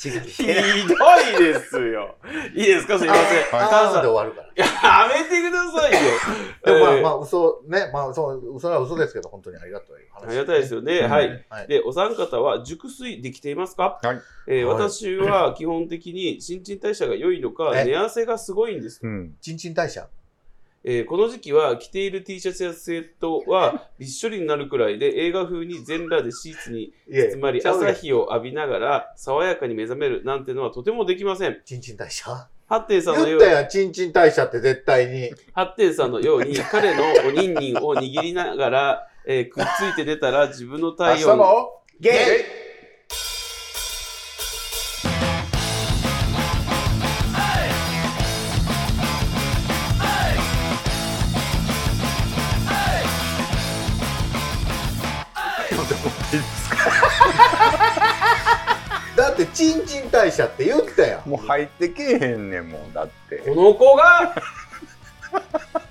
Speaker 4: 違
Speaker 1: ひ
Speaker 4: い
Speaker 1: ど
Speaker 4: ない。
Speaker 1: いですよ。 いいですかすいません。
Speaker 3: はい
Speaker 1: カン
Speaker 2: あー
Speaker 1: さん
Speaker 2: で終わるから。
Speaker 1: やめてくださいよ。
Speaker 2: でもまあ
Speaker 1: えー
Speaker 2: まあ嘘、ね、まあそう、嘘なら嘘ですけど、本当にありがとう話
Speaker 1: ありがたいですよね。
Speaker 3: うん
Speaker 1: はい。
Speaker 2: はい。
Speaker 1: で、お三方は熟睡できていますか、
Speaker 3: はい
Speaker 1: えー私は基本的に新陳代謝が良いのか、
Speaker 2: え
Speaker 1: 寝汗がすごいんです。
Speaker 3: うん。
Speaker 2: ちんちん代謝
Speaker 1: えーこの時期は着ている T シャツやスウェットはびっしょりになるくらいで、映画風に全裸でシーツに
Speaker 2: いや
Speaker 1: つまり朝日を浴びながら爽やかに目覚めるなんてのはとてもできません。
Speaker 2: ちんちん代謝
Speaker 1: ハッテンさんの
Speaker 2: 言
Speaker 1: よ
Speaker 2: っ
Speaker 1: う
Speaker 2: た
Speaker 1: に、
Speaker 2: やん、ちんちん代謝って絶対に。
Speaker 1: ハッテンさんのように彼のおにんにんを握りながら、えーくっついて出たら自分の体温
Speaker 3: も
Speaker 4: ゲイ
Speaker 2: だって、ちんちん代謝って言ったやん。
Speaker 3: もう入ってけえへんねんもん、だって。
Speaker 1: この子が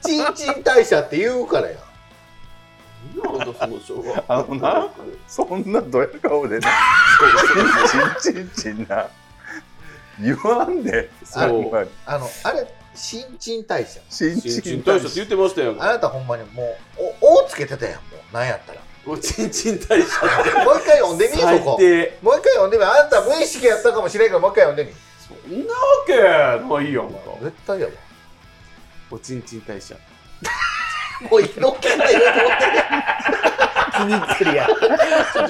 Speaker 2: ちんちん代謝って言うからやん。
Speaker 1: なんだその小学
Speaker 3: あのなそんなドヤ顔でね、ちんちんちんな、言わんで、
Speaker 1: そう
Speaker 3: ほんまに
Speaker 2: あの、あれ、しんちん代謝。
Speaker 3: 新
Speaker 1: 新陳
Speaker 3: 陳
Speaker 1: 代
Speaker 3: 代
Speaker 1: 謝って
Speaker 3: 謝
Speaker 1: 言ってましたよ。
Speaker 2: あなたほんまにもう、お、おつけてたやん、もう。なんやったら。
Speaker 1: もう新陳代謝って。
Speaker 2: もう一回読んでみよ、そ
Speaker 1: 最
Speaker 2: こ。
Speaker 1: 低。
Speaker 2: もう一回読んでみ。あなた無意識やったかもしれんけど、もう一回読んで
Speaker 1: そ
Speaker 2: み。
Speaker 1: んなわけないやんか。
Speaker 2: 絶対やわ。
Speaker 1: おちんちん代謝。
Speaker 2: もう乗っけないよと思って
Speaker 4: 気に入ってるやん。
Speaker 1: ちょっと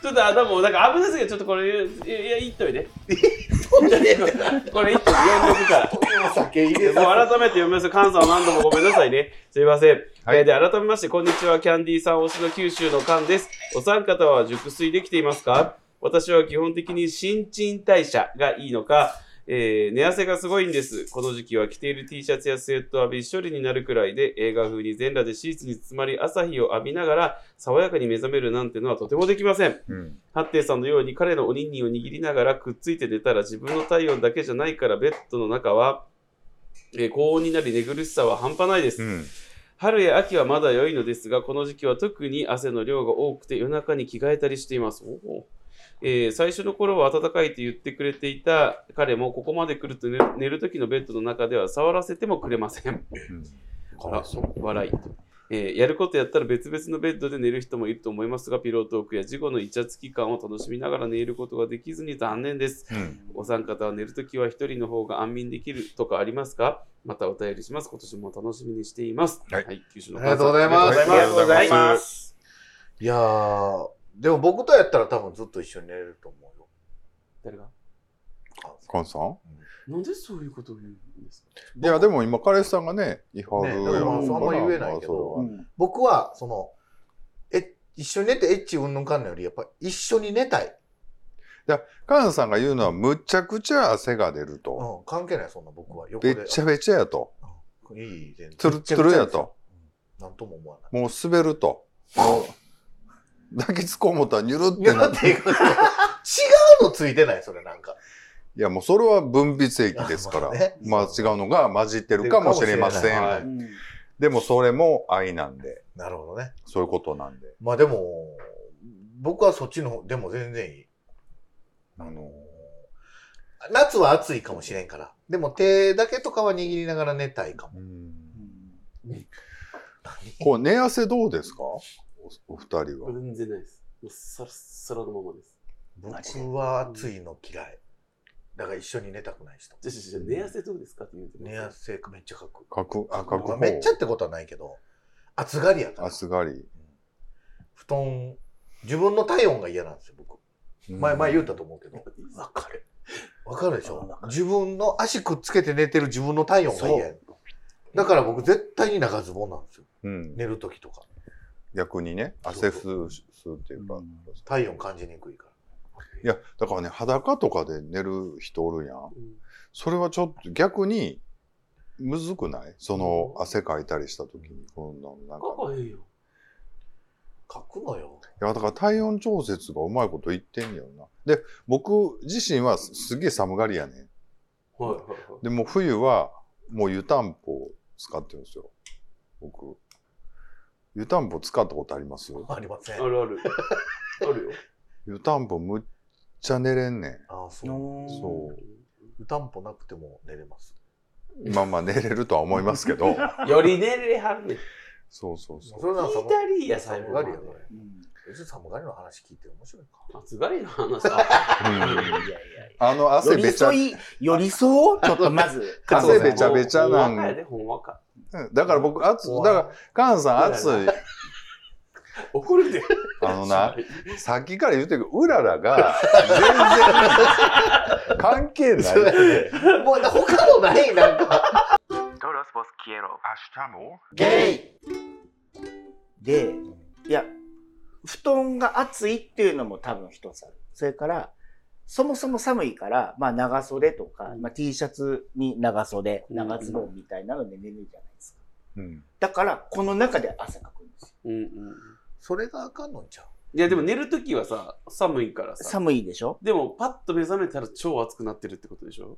Speaker 1: ちょっとあでもなんか危ないですけどちょっとこれいやいや言っといて
Speaker 2: 飛んじゃねえんだよ
Speaker 1: これ言っといて読んどくから
Speaker 2: お酒入
Speaker 1: で
Speaker 2: れ
Speaker 1: もう
Speaker 2: さ
Speaker 1: 改めて読みます。菅さんは何度もごめんなさいね。すいません。
Speaker 3: はい
Speaker 1: えーで、改めまして、こんにちは。キャンディーさん推しの九州の菅です。お三方は熟睡できていますか私は基本的に新陳代謝がいいのか、えー寝汗がすごいんです。この時期は着ている T シャツやスウェットはびっしょりになるくらいで、映画風に全裸でシーツに包まり、朝日を浴びながら、爽やかに目覚めるなんてのはとてもできません。
Speaker 3: うん。
Speaker 1: ハッテンさんのように彼のおにぎりを握りながらくっついて寝たら自分の体温だけじゃないからベッドの中は、えー高温になり寝苦しさは半端ないです、
Speaker 3: うん。
Speaker 1: 春や秋はまだ良いのですがこの時期は特に汗の量が多くて夜中に着替えたりしていますおーえー最初の頃は暖かいと言ってくれていた彼もここまで来ると寝寝る時のベッドの中では触らせてもくれませ ん
Speaker 3: うん
Speaker 2: かわいそう
Speaker 1: 笑い、えーやることやったら別々のベッドで寝る人もいると思いますがピロートークや事後のイチャつき感を楽しみながら寝ることができずに残念です
Speaker 3: うん。
Speaker 1: お三方は寝るときは一人の方が安眠できるとかありますかまたお便りします今年も楽しみにしています
Speaker 3: はい
Speaker 1: 九州の
Speaker 2: ありがとうございます
Speaker 1: ありがとうございます
Speaker 4: す。
Speaker 2: いやーでも僕とやったら多分ずっと一緒に寝れると思うよ
Speaker 1: 誰が
Speaker 3: 菅さん
Speaker 1: なんでそういうことを言うんですか
Speaker 3: いや、でも今、彼氏さんがね、違法
Speaker 2: ね
Speaker 3: ル
Speaker 2: だ
Speaker 4: からまあ
Speaker 3: や
Speaker 4: そうあん
Speaker 2: ま言えないけど
Speaker 3: まあ
Speaker 2: 僕はそのえ一緒に寝てエッチうんぬんかんのよりやっぱ一緒に寝たい、
Speaker 3: 菅野さんが言うのは、むちゃくちゃ汗が出る
Speaker 2: う
Speaker 3: と。
Speaker 2: ん、関係ないそんな僕は横
Speaker 3: べ
Speaker 2: で
Speaker 3: っちゃべちゃやと。
Speaker 2: いい全然
Speaker 3: つるつるやと
Speaker 2: うんなんとも思わない
Speaker 3: もう滑ると。抱きつこう思ったら、にゅるっ
Speaker 2: い
Speaker 3: て
Speaker 2: や
Speaker 3: な
Speaker 2: だ
Speaker 3: っ。
Speaker 2: ってて違うのついてないそれなんか
Speaker 3: いや、もうそれは分泌液ですか ら
Speaker 2: まあね。
Speaker 3: まあ違うのが混じってるかもしれませ
Speaker 2: かもしれない
Speaker 3: ん。
Speaker 2: は
Speaker 4: うん
Speaker 3: でもそれも愛なんで、
Speaker 2: なるほどね
Speaker 3: そういうことなんで。
Speaker 2: まあでも僕はそっちの方でも全然いい
Speaker 3: あの、
Speaker 2: 夏は暑いかもしれんからでも手だけとかは握りながら寝たいかも
Speaker 3: うん
Speaker 4: う
Speaker 3: こう、寝汗どうですかおお二人は。
Speaker 1: 全然ないですもうさらさらのままです
Speaker 4: マジで
Speaker 2: 僕は暑いの嫌いだから一緒に寝たくない人
Speaker 1: じゃじゃじゃ寝汗どうですかって言うて
Speaker 2: 寝汗めっちゃかく
Speaker 3: かく、あ、か
Speaker 2: ま
Speaker 3: く
Speaker 2: あめっちゃってことはないけど暑がりやから
Speaker 3: あすがり。
Speaker 2: 布団自分の体温が嫌なんですよ僕前前言ったと思うけど
Speaker 1: わかる
Speaker 2: わかるでし
Speaker 4: あ
Speaker 2: ょ
Speaker 4: わかる
Speaker 2: 自分の足くっつけて寝てる自分の体温が嫌やんだから僕絶対に長ズボンなんですよ
Speaker 3: うん。
Speaker 2: 寝る時とか
Speaker 3: 逆にね、汗吸う、吸うっていうか。
Speaker 2: 体温感じにくいから
Speaker 3: いや、だからね、裸とかで寝る人おるやん。
Speaker 1: うん
Speaker 3: それはちょっと逆に、むずくないその、汗かいたりした時に、こんなん、なんか。
Speaker 1: かかへんよ
Speaker 2: 書くのよ
Speaker 3: いや、だから体温調節がうまいこと言ってんやろな。で、僕自身はすすげえ寒がりやね。
Speaker 1: はいはいはい
Speaker 3: で、もう冬は、もう湯たんぽを使ってるんですよ。僕。湯たんぽ使ったことあります
Speaker 2: ありません
Speaker 1: あるあるあるよ
Speaker 3: 湯たんぽむっちゃ寝れんねん。
Speaker 2: ああそう
Speaker 4: そ
Speaker 3: そ
Speaker 2: 湯たんぽなくても寝れます
Speaker 3: う。まあまあ寝れるとは思いますけ ど。
Speaker 1: より寝れはんねん
Speaker 3: そうそうそ
Speaker 2: それなん
Speaker 1: 聞
Speaker 2: か
Speaker 1: いたりや最
Speaker 2: 寒
Speaker 1: 後
Speaker 2: が
Speaker 1: ま
Speaker 2: り
Speaker 1: で
Speaker 2: やから
Speaker 4: う。うん。
Speaker 2: 別に寒がりの話聞いて面白いか
Speaker 1: 暑がりの話だ
Speaker 3: う。
Speaker 4: いやいやい
Speaker 3: うん
Speaker 4: や。
Speaker 3: あの
Speaker 4: 寄
Speaker 3: 汗
Speaker 4: り
Speaker 3: べちゃ
Speaker 4: 添、い、寄り添お うちょっとまず。
Speaker 3: 汗べちゃべちゃな
Speaker 1: ほ
Speaker 3: ん
Speaker 1: んわかやでほんわか
Speaker 3: うんだから僕暑い、だ
Speaker 2: 怖い
Speaker 3: から、カンさん暑い。
Speaker 1: 怒るで
Speaker 3: あのな、さっきから言ってるけど、うららが、全然、関係ない。
Speaker 2: そうやもう他のないなんか
Speaker 5: Todos vos quiero.
Speaker 2: ゲイ
Speaker 4: で、いや、布団が暑いっていうのも多分一つある。それから、そもそも寒いから、まあ長袖とか、まあ T シャツに長袖、
Speaker 1: うん
Speaker 4: 長ズボンみたいなので寝るじゃないですか。
Speaker 3: うん
Speaker 4: だから、この中で汗かくんです
Speaker 1: うんうん
Speaker 2: それがあかんのんちゃう
Speaker 1: いやでも寝るときはさ寒いから
Speaker 4: よ。
Speaker 1: さ
Speaker 4: 寒いでしょ
Speaker 1: でもパッと目覚めたら超暑くなってるってことでし ょ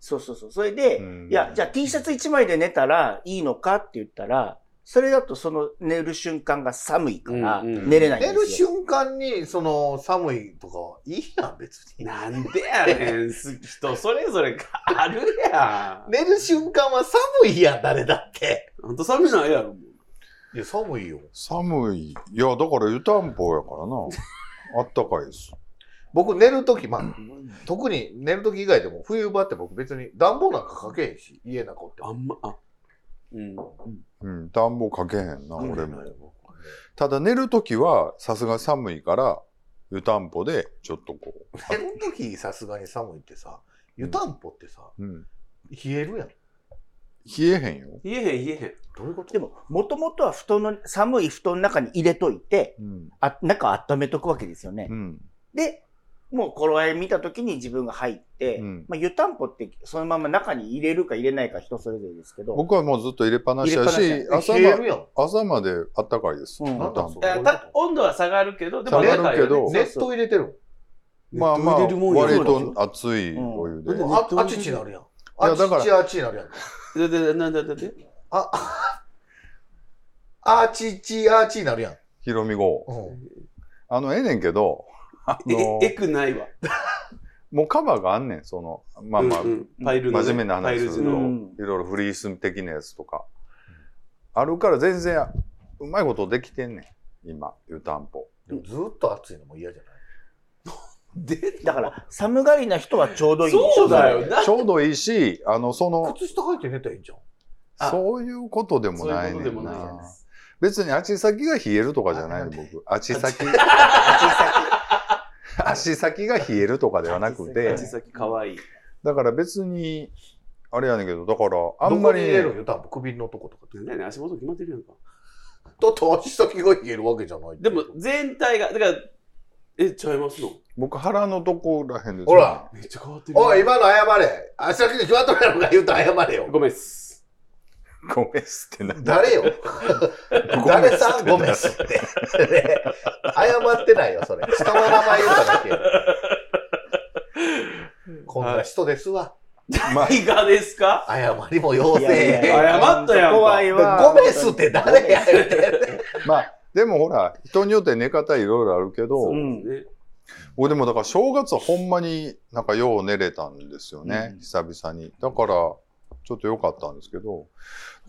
Speaker 4: そうそうそう。それで、
Speaker 3: うん
Speaker 4: いや、じゃあ T シャツ1枚で寝たらいいのかって言ったら、それだとその寝る瞬間が寒いから
Speaker 1: うんうん
Speaker 4: 寝れないんで
Speaker 2: 寝
Speaker 4: すよ。
Speaker 2: る瞬間にその寒いとかはいいやん別に
Speaker 1: なんでやねんす人それぞれがあるやん
Speaker 2: 寝る瞬間は寒いやん誰だって
Speaker 1: ほんと寒いないやろも
Speaker 2: いや寒いよ
Speaker 3: 寒い。いや、だから湯たんぽや からな。あったかいです。
Speaker 2: 僕寝る時まあ特に寝る時以外でも冬場って僕別に暖房なんかかけへんし家なんかおって
Speaker 1: うあんまあうん。
Speaker 3: うん、暖房かけへんな、俺も。ただ寝るときは、さすがに寒いから、湯たんぽで、ちょっとこ
Speaker 2: え、 この時さすがに寒いってさ、湯たんぽってさ、
Speaker 3: う、うん、
Speaker 2: 冷えるやん。
Speaker 3: 冷えへんよ。
Speaker 1: 冷えへん、冷えへん。
Speaker 2: どういうこと
Speaker 4: でも、もともとは布団の、寒い布団の中に入れといて、
Speaker 3: うん。
Speaker 4: あ中温めとくわけですよね。
Speaker 3: うん。
Speaker 4: で、もう頃合い見た時に自分が入って、
Speaker 3: うん
Speaker 4: まあ、湯たんぽってそのまま中に入れるか入れないか人それぞれですけど、
Speaker 3: 僕はもうずっと入れっぱなしや
Speaker 4: 入
Speaker 3: し
Speaker 4: れ、
Speaker 3: 朝
Speaker 2: 冷え
Speaker 3: ま
Speaker 2: るやん。
Speaker 3: 朝まであったかいです。
Speaker 4: うん
Speaker 3: 湯たんぽ
Speaker 2: どういう
Speaker 1: え
Speaker 2: こと
Speaker 1: た温度は下がるけど、でも
Speaker 3: 下がる
Speaker 1: 暖かい
Speaker 3: けど
Speaker 1: よね
Speaker 2: 熱湯入れてる
Speaker 3: まあまあ、
Speaker 6: 入れ
Speaker 3: 割
Speaker 6: るもんや
Speaker 3: と熱いお湯で。
Speaker 6: うん
Speaker 2: もん。ああっちになるやん。あ
Speaker 3: や
Speaker 2: っ
Speaker 3: だから
Speaker 2: ちあっちになるやん。
Speaker 1: でででなんだだって
Speaker 2: あ、あ、あちちあちになるやん。
Speaker 3: ひろみ号。
Speaker 2: うん。
Speaker 3: あの、ええねんけど、あの
Speaker 1: え、えくないわ。
Speaker 3: もうカバーがあんねん、その、まあまあ、
Speaker 1: うんうんパイルのね
Speaker 3: 真面目な話
Speaker 1: パイル
Speaker 3: す
Speaker 1: 地
Speaker 3: る
Speaker 1: の
Speaker 3: と、
Speaker 4: う
Speaker 1: うん
Speaker 4: ん
Speaker 3: いろいろフリース的なやつとか。あるから全然、うまいことできてんねん、今、湯たんぽ。
Speaker 2: でもずっと暑いのも嫌じゃない
Speaker 1: で、
Speaker 4: だから寒がりな人はちょうどいいんでしょ
Speaker 1: そうだよな。
Speaker 3: ちょうどいいし、あの、その、
Speaker 2: 靴下履いて寝たらいいんじゃん。
Speaker 1: あ
Speaker 3: そういうことでも
Speaker 1: そう
Speaker 3: ないいう
Speaker 1: こ
Speaker 3: ね
Speaker 1: とでも
Speaker 3: ん
Speaker 1: ない
Speaker 3: な。別に足先が冷えるとかじゃないの、僕。足先、足先が冷えるとかではなく
Speaker 1: や
Speaker 3: て
Speaker 1: つ。、先かわいい。
Speaker 3: だから別に、あれやねんけど、だから、あ
Speaker 2: あ
Speaker 3: ん
Speaker 2: ん
Speaker 3: ま
Speaker 2: ま
Speaker 3: り
Speaker 2: り
Speaker 3: ね、
Speaker 2: 入れるんよ、多分首のとことかって。だ
Speaker 1: ねね足元決まってるやんか。
Speaker 2: って足先が冷えるわけじゃないって
Speaker 1: でも全体が、だから、え、ちゃいますの
Speaker 3: 僕腹のとこらへんです、
Speaker 2: ほら。
Speaker 1: めっちゃ変わってる。
Speaker 2: おい、今の謝れ。足先に決まっとるやろが言うと謝れよ。
Speaker 1: ごめんっす。
Speaker 3: ごめんっすってな。
Speaker 2: 誰 よ誰さんごめんっすって。ね謝ってないよ、それ。人の名前言っただけよ。 こんな人ですわ。
Speaker 3: まあ
Speaker 1: いかがですか
Speaker 2: 謝りも要請。
Speaker 4: いやいや
Speaker 1: 謝ったやんか
Speaker 4: 怖いわ。
Speaker 2: ごめんっすって誰や言うてんねん
Speaker 3: まあ、でもほら、人によって寝方いろいろあるけど、
Speaker 1: うん。ね
Speaker 3: 俺でもだから正月はほんまになんかよう寝れたんですよね、
Speaker 4: うん
Speaker 3: 久々に。だから、ちょっと良かったんですけど、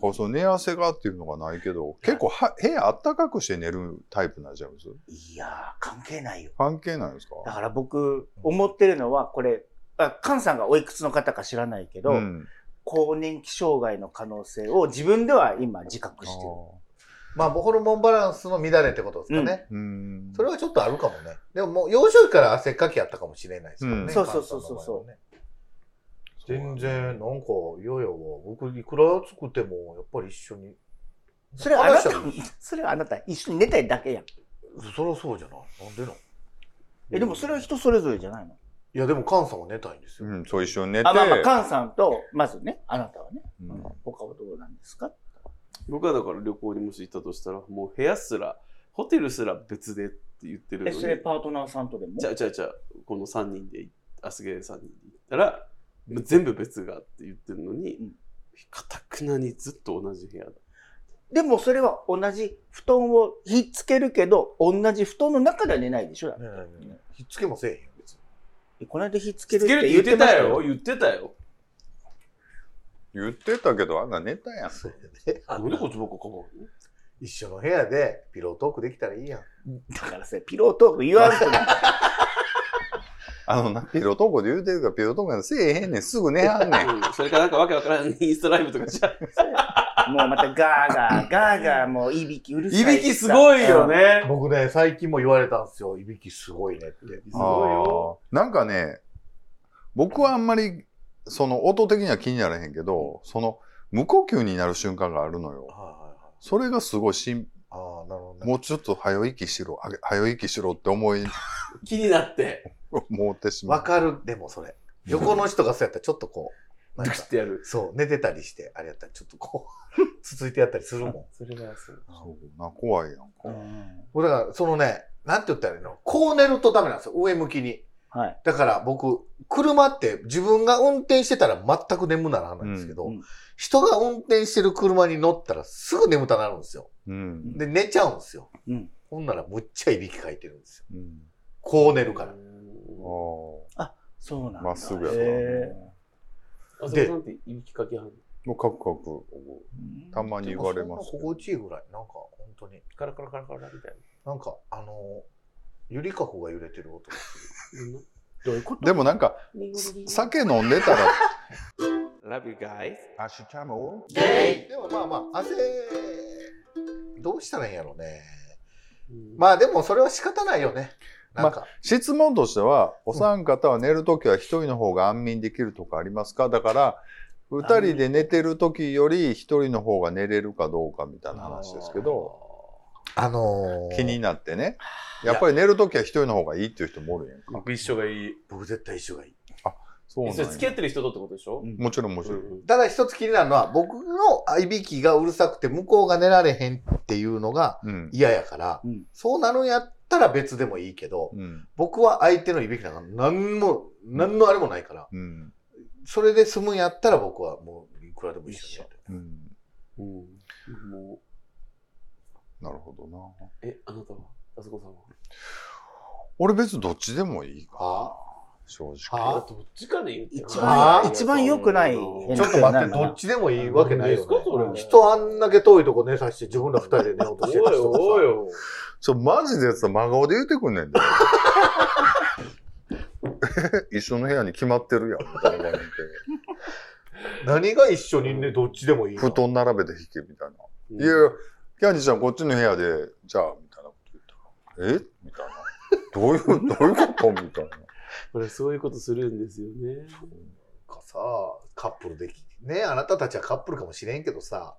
Speaker 3: だからその寝汗がっていうのがないけど、結構は部屋あったかくして寝るタイプになっちゃうんです
Speaker 4: いやー、関係ないよ。
Speaker 3: 関係ないですか
Speaker 4: だから僕、思ってるのは、これ、あ菅さんがおいくつの方か知らないけど、
Speaker 3: うん、
Speaker 4: 更年期障害の可能性を自分では今自覚してる。
Speaker 3: あ
Speaker 2: まあ、ホルモンバランスの乱れってことですかね。
Speaker 3: ーうん
Speaker 2: それはちょっとあるかもね。でももう幼少期から汗っかきやったかもしれないですけどね。
Speaker 3: うん
Speaker 4: そうそうそうそうそう
Speaker 3: そう
Speaker 2: 全然、なんか、ヨヨは、僕、いくら暑くても、やっぱり一緒に。
Speaker 4: それはあな
Speaker 2: 話し
Speaker 4: た
Speaker 2: たらいい、
Speaker 4: それはあなた、一緒に寝たいだけやん。
Speaker 2: そりゃそうじゃない。なんでなんい
Speaker 4: え、でもそれは人それぞれじゃないの
Speaker 2: や、でも、菅さんは寝たいんですよ。
Speaker 3: うん、そう一緒に寝て、
Speaker 4: あ、まあまあ、菅さんと、まずね、あなたはね、
Speaker 3: うん
Speaker 4: 他はどうなんですか
Speaker 1: 僕はだから旅行にもし行ったとしたら、もう部屋すら、ホテルすら別でって言ってるの
Speaker 4: え、
Speaker 1: に。
Speaker 4: それパートナーさんとでも
Speaker 1: じゃあじゃあじゃあこの3人でアスゲー3人で行ったらもう全部別がって言ってるのに
Speaker 4: うん
Speaker 1: かたくなにずっと同じ部屋だ
Speaker 4: でもそれは同じ布団をひっつけるけど、同じ布団の中では寝ないでしょ
Speaker 2: ねえねえひっつけもせえへんよ、別に。
Speaker 4: えこの間ひっつける
Speaker 1: つ
Speaker 4: っ
Speaker 1: けるってて
Speaker 4: 言
Speaker 1: 言
Speaker 4: っ
Speaker 1: ってて
Speaker 4: ましたた
Speaker 1: よ。
Speaker 4: よ
Speaker 1: 言ってたよ
Speaker 3: 言ってたけど、あんな寝たやん。
Speaker 2: そうやね。あ
Speaker 1: なんでこっちばっか考えるの
Speaker 2: 一緒の部屋で、ピロートークできたらいいやん。
Speaker 4: だからさ、ピロートーク言わんと
Speaker 3: あのな、ピロトークで言うてるから、ピロトークなんてせえへんねん、すぐ寝はんねん。
Speaker 1: うんそれからなんかわけわからんインスタライブとかじゃ
Speaker 4: もうまたガーガー、ガーガー、もういびきうるさい。
Speaker 1: いびきすごいよ。ね
Speaker 2: 僕ね、最近も言われたんですよ。いびきすごいねって。
Speaker 1: すごいよ
Speaker 3: あーなんかね、僕はあんまり、その音的には気にならへんけど、その無呼吸になる瞬間があるの
Speaker 2: はいは
Speaker 3: よ。
Speaker 2: いはい。
Speaker 3: それがすごいしん、
Speaker 2: ああ、なるほどね。
Speaker 3: もうちょっと早息しろ、あげ早息しろって思い、
Speaker 1: 気になって
Speaker 3: 思ってしま
Speaker 2: わ
Speaker 3: う。
Speaker 2: かる、でもそれ。横の人がそうやったら、ちょっとこう、なん
Speaker 1: ド
Speaker 2: か
Speaker 1: キ ッてやる
Speaker 2: そう、寝てたりして、あれやったら、ちょっとこう、 つついてやったりするもん。
Speaker 1: それはそう
Speaker 3: そうな、怖いやんか。
Speaker 4: うん
Speaker 2: もうだから、そのね、なんて言ったらいいのこう寝るとダメなんですよ、上向きに。
Speaker 4: はい。
Speaker 2: だから僕、車って自分が運転してたら全く眠ならないんですけど、
Speaker 4: うんうん
Speaker 2: 人が運転してる車に乗ったらすぐ眠たなるんですよ。
Speaker 3: うん。
Speaker 2: で、寝ちゃうんですよ。
Speaker 4: うん
Speaker 2: ほんならむっちゃいびきかいてるんですよ。
Speaker 3: うん、
Speaker 2: こう寝るから。
Speaker 3: あ
Speaker 4: そうなんだ。
Speaker 3: まっすぐやから
Speaker 4: へ
Speaker 1: あそこなんていびきかけはんの
Speaker 3: あ、もうカクカク、
Speaker 4: ー
Speaker 3: たまに言われます
Speaker 2: でもそんな心地いいぐらい。なんか、本当に。
Speaker 1: カラカラカラカラみたい
Speaker 2: なんか、あの、ゆりかこが揺れてる音がする。
Speaker 1: な
Speaker 4: どういうこと
Speaker 3: でもなんか、
Speaker 1: みんな
Speaker 3: 酒飲んでたら、
Speaker 1: Love you guys.
Speaker 3: 明日も
Speaker 2: でもまあまあ、汗、どうしたらいいんやろうね。まあでもそれは仕方ないよね。なんか。
Speaker 3: 質問としては、お三方は寝るときは一人の方が安眠できるとかありますかだから、二人で寝てるときより一人の方が寝れるかどうかみたいな話ですけど、
Speaker 2: あのー
Speaker 3: 気になってね。やっぱり寝るときは一人の方がいいっていう人もおるやんか。
Speaker 1: 僕一緒がいい。
Speaker 2: 僕絶対一緒がいい。
Speaker 3: そうなん
Speaker 1: それ付き合
Speaker 3: や
Speaker 1: ってる人とってことでしょ、
Speaker 3: もちろんもちろん。
Speaker 2: ただ一つ気になるのは、僕のいびきがうるさくて向こうが寝られへんっていうのが
Speaker 3: うん。
Speaker 2: 嫌やから、
Speaker 4: うん
Speaker 2: そうなるんやったら別でもいいけど、
Speaker 3: うん。
Speaker 2: 僕は相手のいびきなんか何も、何のあれもないから、
Speaker 3: うん。
Speaker 2: それで済むんやったら僕はもういくらでも一緒だと
Speaker 3: うん。
Speaker 1: うんも
Speaker 3: なるほどな
Speaker 1: う。え、あなたはあそこさんは
Speaker 3: 俺別にどっちでもいいか、
Speaker 2: あ
Speaker 3: 正
Speaker 2: あ
Speaker 3: 直。
Speaker 1: あ
Speaker 2: あ
Speaker 1: どっちかね言って
Speaker 4: 一
Speaker 2: 番
Speaker 4: 一番良くない
Speaker 2: ちょっと待って、どっちでもいいわけないよ、ね
Speaker 1: 何ですかそれ。
Speaker 2: 人あんだけ遠いとこ寝させて自分ら二人で寝ようと
Speaker 1: お
Speaker 2: し
Speaker 1: い
Speaker 2: てる人と
Speaker 1: おい
Speaker 2: さ
Speaker 1: おい。
Speaker 3: ちょ、マジでやつは真顔で言うてくんねんで。 一緒の部屋に決まってるやん、みたいな感じで。
Speaker 2: 何が一緒にね、どっちでもいいの
Speaker 3: 布団並べて引け、みたいな。
Speaker 1: い
Speaker 3: いやいや、キャンディちゃんこっちの部屋で、じゃあ、みたいなこと言ったら、えみたいな。どういう、どういうことみたいな。
Speaker 1: これそういうことするんですよね。
Speaker 2: かさ、カップルでき、ね、あなたたちはカップルかもしれんけどさ、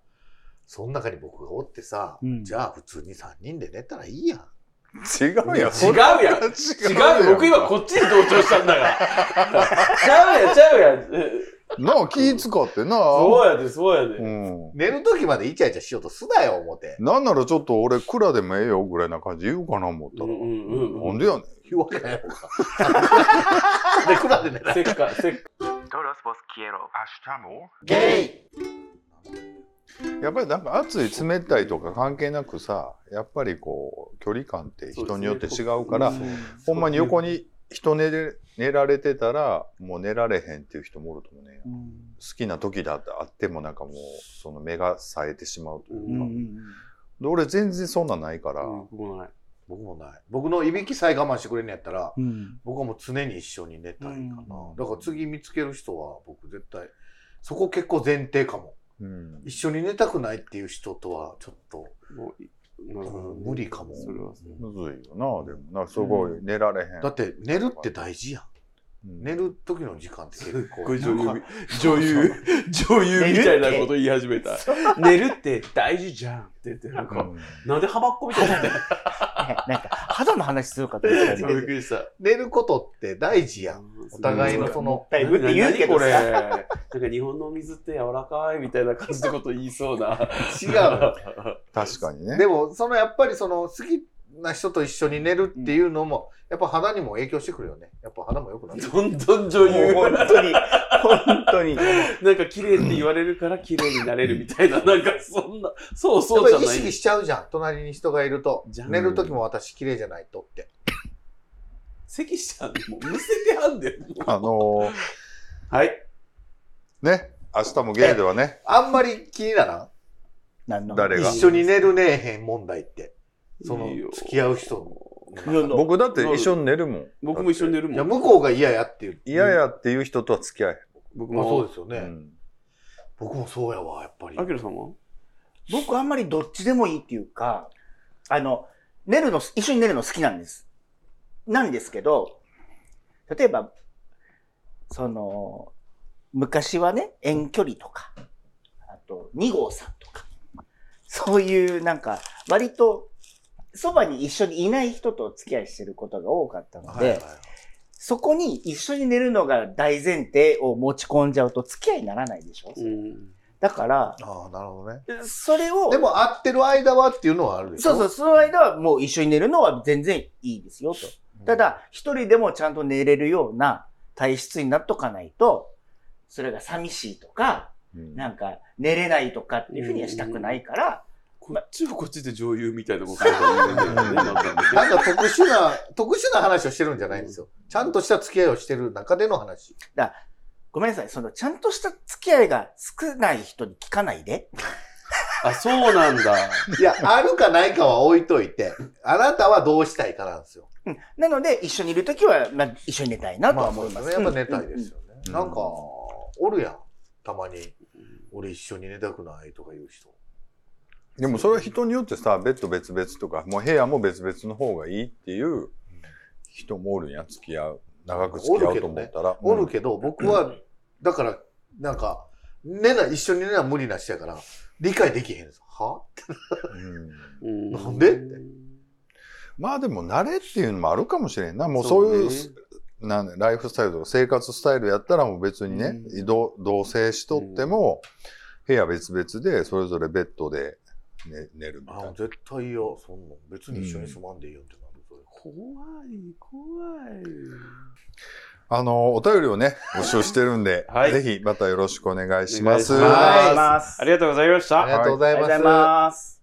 Speaker 2: その中に僕がおってさ、
Speaker 4: うん
Speaker 2: じゃあ普通に3人で寝たらいいやん。
Speaker 3: 違うやん。
Speaker 1: 違うやん違 うよ僕今こっちに同調したんだから。ちゃうやん、ちゃうやん。え
Speaker 3: なあ、気使ってな
Speaker 1: そうやで、そうやで。
Speaker 3: うん。
Speaker 2: 寝る時までイチャイチャしようとすなよ、思って。
Speaker 3: なんならちょっと俺、蔵でもええよ、ぐらいな感じ言うかな思った
Speaker 1: う
Speaker 3: ら。
Speaker 1: んうんうん
Speaker 3: なんでやねん。
Speaker 2: 言うわけないやろか。で、くらで寝ない。
Speaker 1: せっか、せっか。
Speaker 5: Todos vos quiero.
Speaker 2: ゲイ
Speaker 3: やっぱりなんか暑い冷たいとか関係なくさやっぱりこう距離感って人によって違うから
Speaker 1: そう
Speaker 3: ほんまに横に人寝れ寝られてたらもう寝られへんっていう人もおると思うね
Speaker 4: うん
Speaker 3: 好きな時だってあってもなんかもうその目が冴えてしまうといううか、
Speaker 4: うん
Speaker 1: ん
Speaker 3: で俺全然そんなんないから、
Speaker 1: うん僕もない
Speaker 2: 僕もない。僕のいびきさえ我慢してくれんのやったら、
Speaker 4: うん
Speaker 2: 僕はもう常に一緒に寝たいかな。
Speaker 3: うん
Speaker 2: だから次見つける人は僕絶対、そこ結構前提かも。
Speaker 3: うん
Speaker 2: 一緒に寝たくないっていう人とはちょっと、
Speaker 1: もういなるほどね
Speaker 2: 無理かも
Speaker 1: それはそう
Speaker 3: むずいよなでもなんかすごい寝られへん、
Speaker 2: だって寝るって大事やん。
Speaker 3: うん
Speaker 2: 寝る時の時間って結構。
Speaker 1: すっごい女優、女優みたいなこと言い始めた。寝るって大事じゃんって言って、なん
Speaker 3: う
Speaker 1: か、
Speaker 3: ん
Speaker 1: なんでハマっこみたいになってんの
Speaker 4: なんか肌の話するかと 思った
Speaker 2: そう
Speaker 4: よね
Speaker 1: びっくりした。
Speaker 2: 寝ることって大事やん。お互いのその、
Speaker 4: だいぶって言うけど
Speaker 1: な
Speaker 4: さ
Speaker 1: ななにこれ。なんか日本のお水って柔らかいみたいな感じのこと言いそうな。
Speaker 2: 違うの
Speaker 3: 確かに
Speaker 2: よ。
Speaker 3: ね
Speaker 2: でも、そのやっぱりその好きな人と一緒に寝るっていうのも、やっぱ肌にも影響してくるよね。やっぱ肌も良くなる。
Speaker 1: どんどん女
Speaker 4: もう
Speaker 1: 優。
Speaker 4: 本当に本当に
Speaker 1: なんか綺麗って言われるから綺麗になれるみたいな、なんかそんな、そう
Speaker 2: や
Speaker 1: そ
Speaker 2: っ
Speaker 1: うじ
Speaker 2: ぱ
Speaker 1: ゃ
Speaker 2: り意
Speaker 1: ない。
Speaker 2: 識しちゃうじゃん。隣に人がいると
Speaker 1: じゃ。ん
Speaker 2: 寝る時も私綺麗じゃないとって。
Speaker 1: 咳しちゃうのもうむせてはんだよ。
Speaker 3: あの
Speaker 1: はい。
Speaker 3: ーね明日もゲイではね
Speaker 2: あんまり気にならん
Speaker 4: 何の
Speaker 3: 誰が
Speaker 2: 一緒に寝る寝えへん問題って。その
Speaker 1: いいよ
Speaker 2: 付き合う人
Speaker 4: の
Speaker 3: 僕だって一緒に寝るもん
Speaker 1: 僕も一緒に寝る
Speaker 2: いや、
Speaker 1: もん。
Speaker 2: 向こうが嫌やっていう。
Speaker 3: 嫌やっていう人とは付き合え
Speaker 1: 僕
Speaker 2: まあそう
Speaker 1: も。
Speaker 2: ですよ
Speaker 3: へん、
Speaker 2: ね。
Speaker 3: うん
Speaker 2: 僕もそうやわ、やっぱり
Speaker 1: あ。きらさんは
Speaker 4: 僕あんまりどっちでもいいっていうか、あの、寝るの、一緒に寝るの好きなんです。なんですけど、例えば、その、昔はね、遠距離とか、あと、2号さんとか、そういうなんか、割と、そばに一緒にいない人とお付き合いしてることが多かったの
Speaker 2: はい
Speaker 4: で、
Speaker 2: はいはい
Speaker 4: そこに一緒に寝るのが大前提を持ち込んじゃうと付き合いにならないでしょ、
Speaker 1: うん。
Speaker 4: だから、
Speaker 2: ああ、なるほどね。
Speaker 4: それを、
Speaker 2: でも会ってる間はっていうのはあるでし
Speaker 4: そ
Speaker 2: ょ
Speaker 4: うそう、その間はもう一緒に寝るのは全然いいですよと。ただ、一人でもちゃんと寝れるような体質になっとかないと、それが寂しいとか、
Speaker 3: うん
Speaker 4: なんか寝れないとかっていうふうにはしたくないから、
Speaker 1: こっちもこっちで女優みたいなことなんだよね
Speaker 3: うん
Speaker 1: なんかね
Speaker 2: なんか特殊な、特殊な話をしてるんじゃないんですよ。ちゃんとした付き合いをしてる中での話。
Speaker 4: ごめんなさい、そのちゃんとした付き合いが少ない人に聞かないで。
Speaker 1: あ、そうなんだ。
Speaker 2: いや、あるかないかは置いといて、あなたはどうしたいかなんですよ。
Speaker 4: うんなので、一緒にいるときは、まあ、一緒に寝たいなとは思います。
Speaker 2: ね。やっぱ寝たいですよね。
Speaker 3: うん
Speaker 2: なんか、おるやん。たまに、俺一緒に寝たくないとか言う人。
Speaker 3: でもそれは人によってさ、ベッド別々とか、もう部屋も別々の方がいいっていう人もおるんや、付き合う。長く付き合うと思ったら。
Speaker 2: おる
Speaker 3: ど。
Speaker 2: けど、僕は、だから、なんか、寝ない、一緒に寝ない無理な人やから、理解できへんです。は
Speaker 3: うん
Speaker 1: うん
Speaker 2: なんで
Speaker 3: まあでも慣れっていうのもあるかもしれんな。もうそういう、
Speaker 1: そうね
Speaker 3: なんライフスタイルとか生活スタイルやったらもう別にね、
Speaker 1: う
Speaker 3: 同同棲しとっても、部屋別々でそれぞれベッドで、ね、寝るみたい
Speaker 2: あ
Speaker 3: な。
Speaker 2: 絶対嫌。そんなん別に一緒に住まんでいいよってなる。それ
Speaker 1: 怖い怖い
Speaker 3: あの、お便りをね、募集してるんで、
Speaker 1: はい
Speaker 3: ぜひまたよろしくお願いします。
Speaker 1: お
Speaker 4: お
Speaker 1: 願
Speaker 4: 願い
Speaker 1: い
Speaker 4: し
Speaker 1: しま
Speaker 4: ます。
Speaker 1: ありがとうございまし
Speaker 2: あ
Speaker 1: た
Speaker 2: りがとうござい
Speaker 4: ありがとうござい
Speaker 2: ます。
Speaker 4: ます。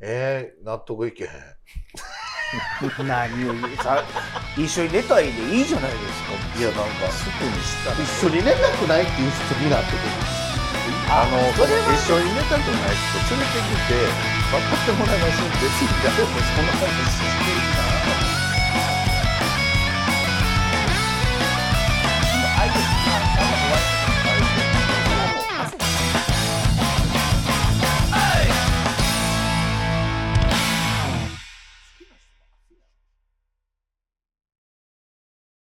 Speaker 2: えー、納得いけへん。
Speaker 4: 何を言うさ一緒に寝たいでいいじゃないです
Speaker 2: いや、なんか、一緒に寝たくないっていう人になってくる。
Speaker 3: あの、一緒に寝たくない人連れてきて、分かってもらいましょう。別に誰もその話してるから。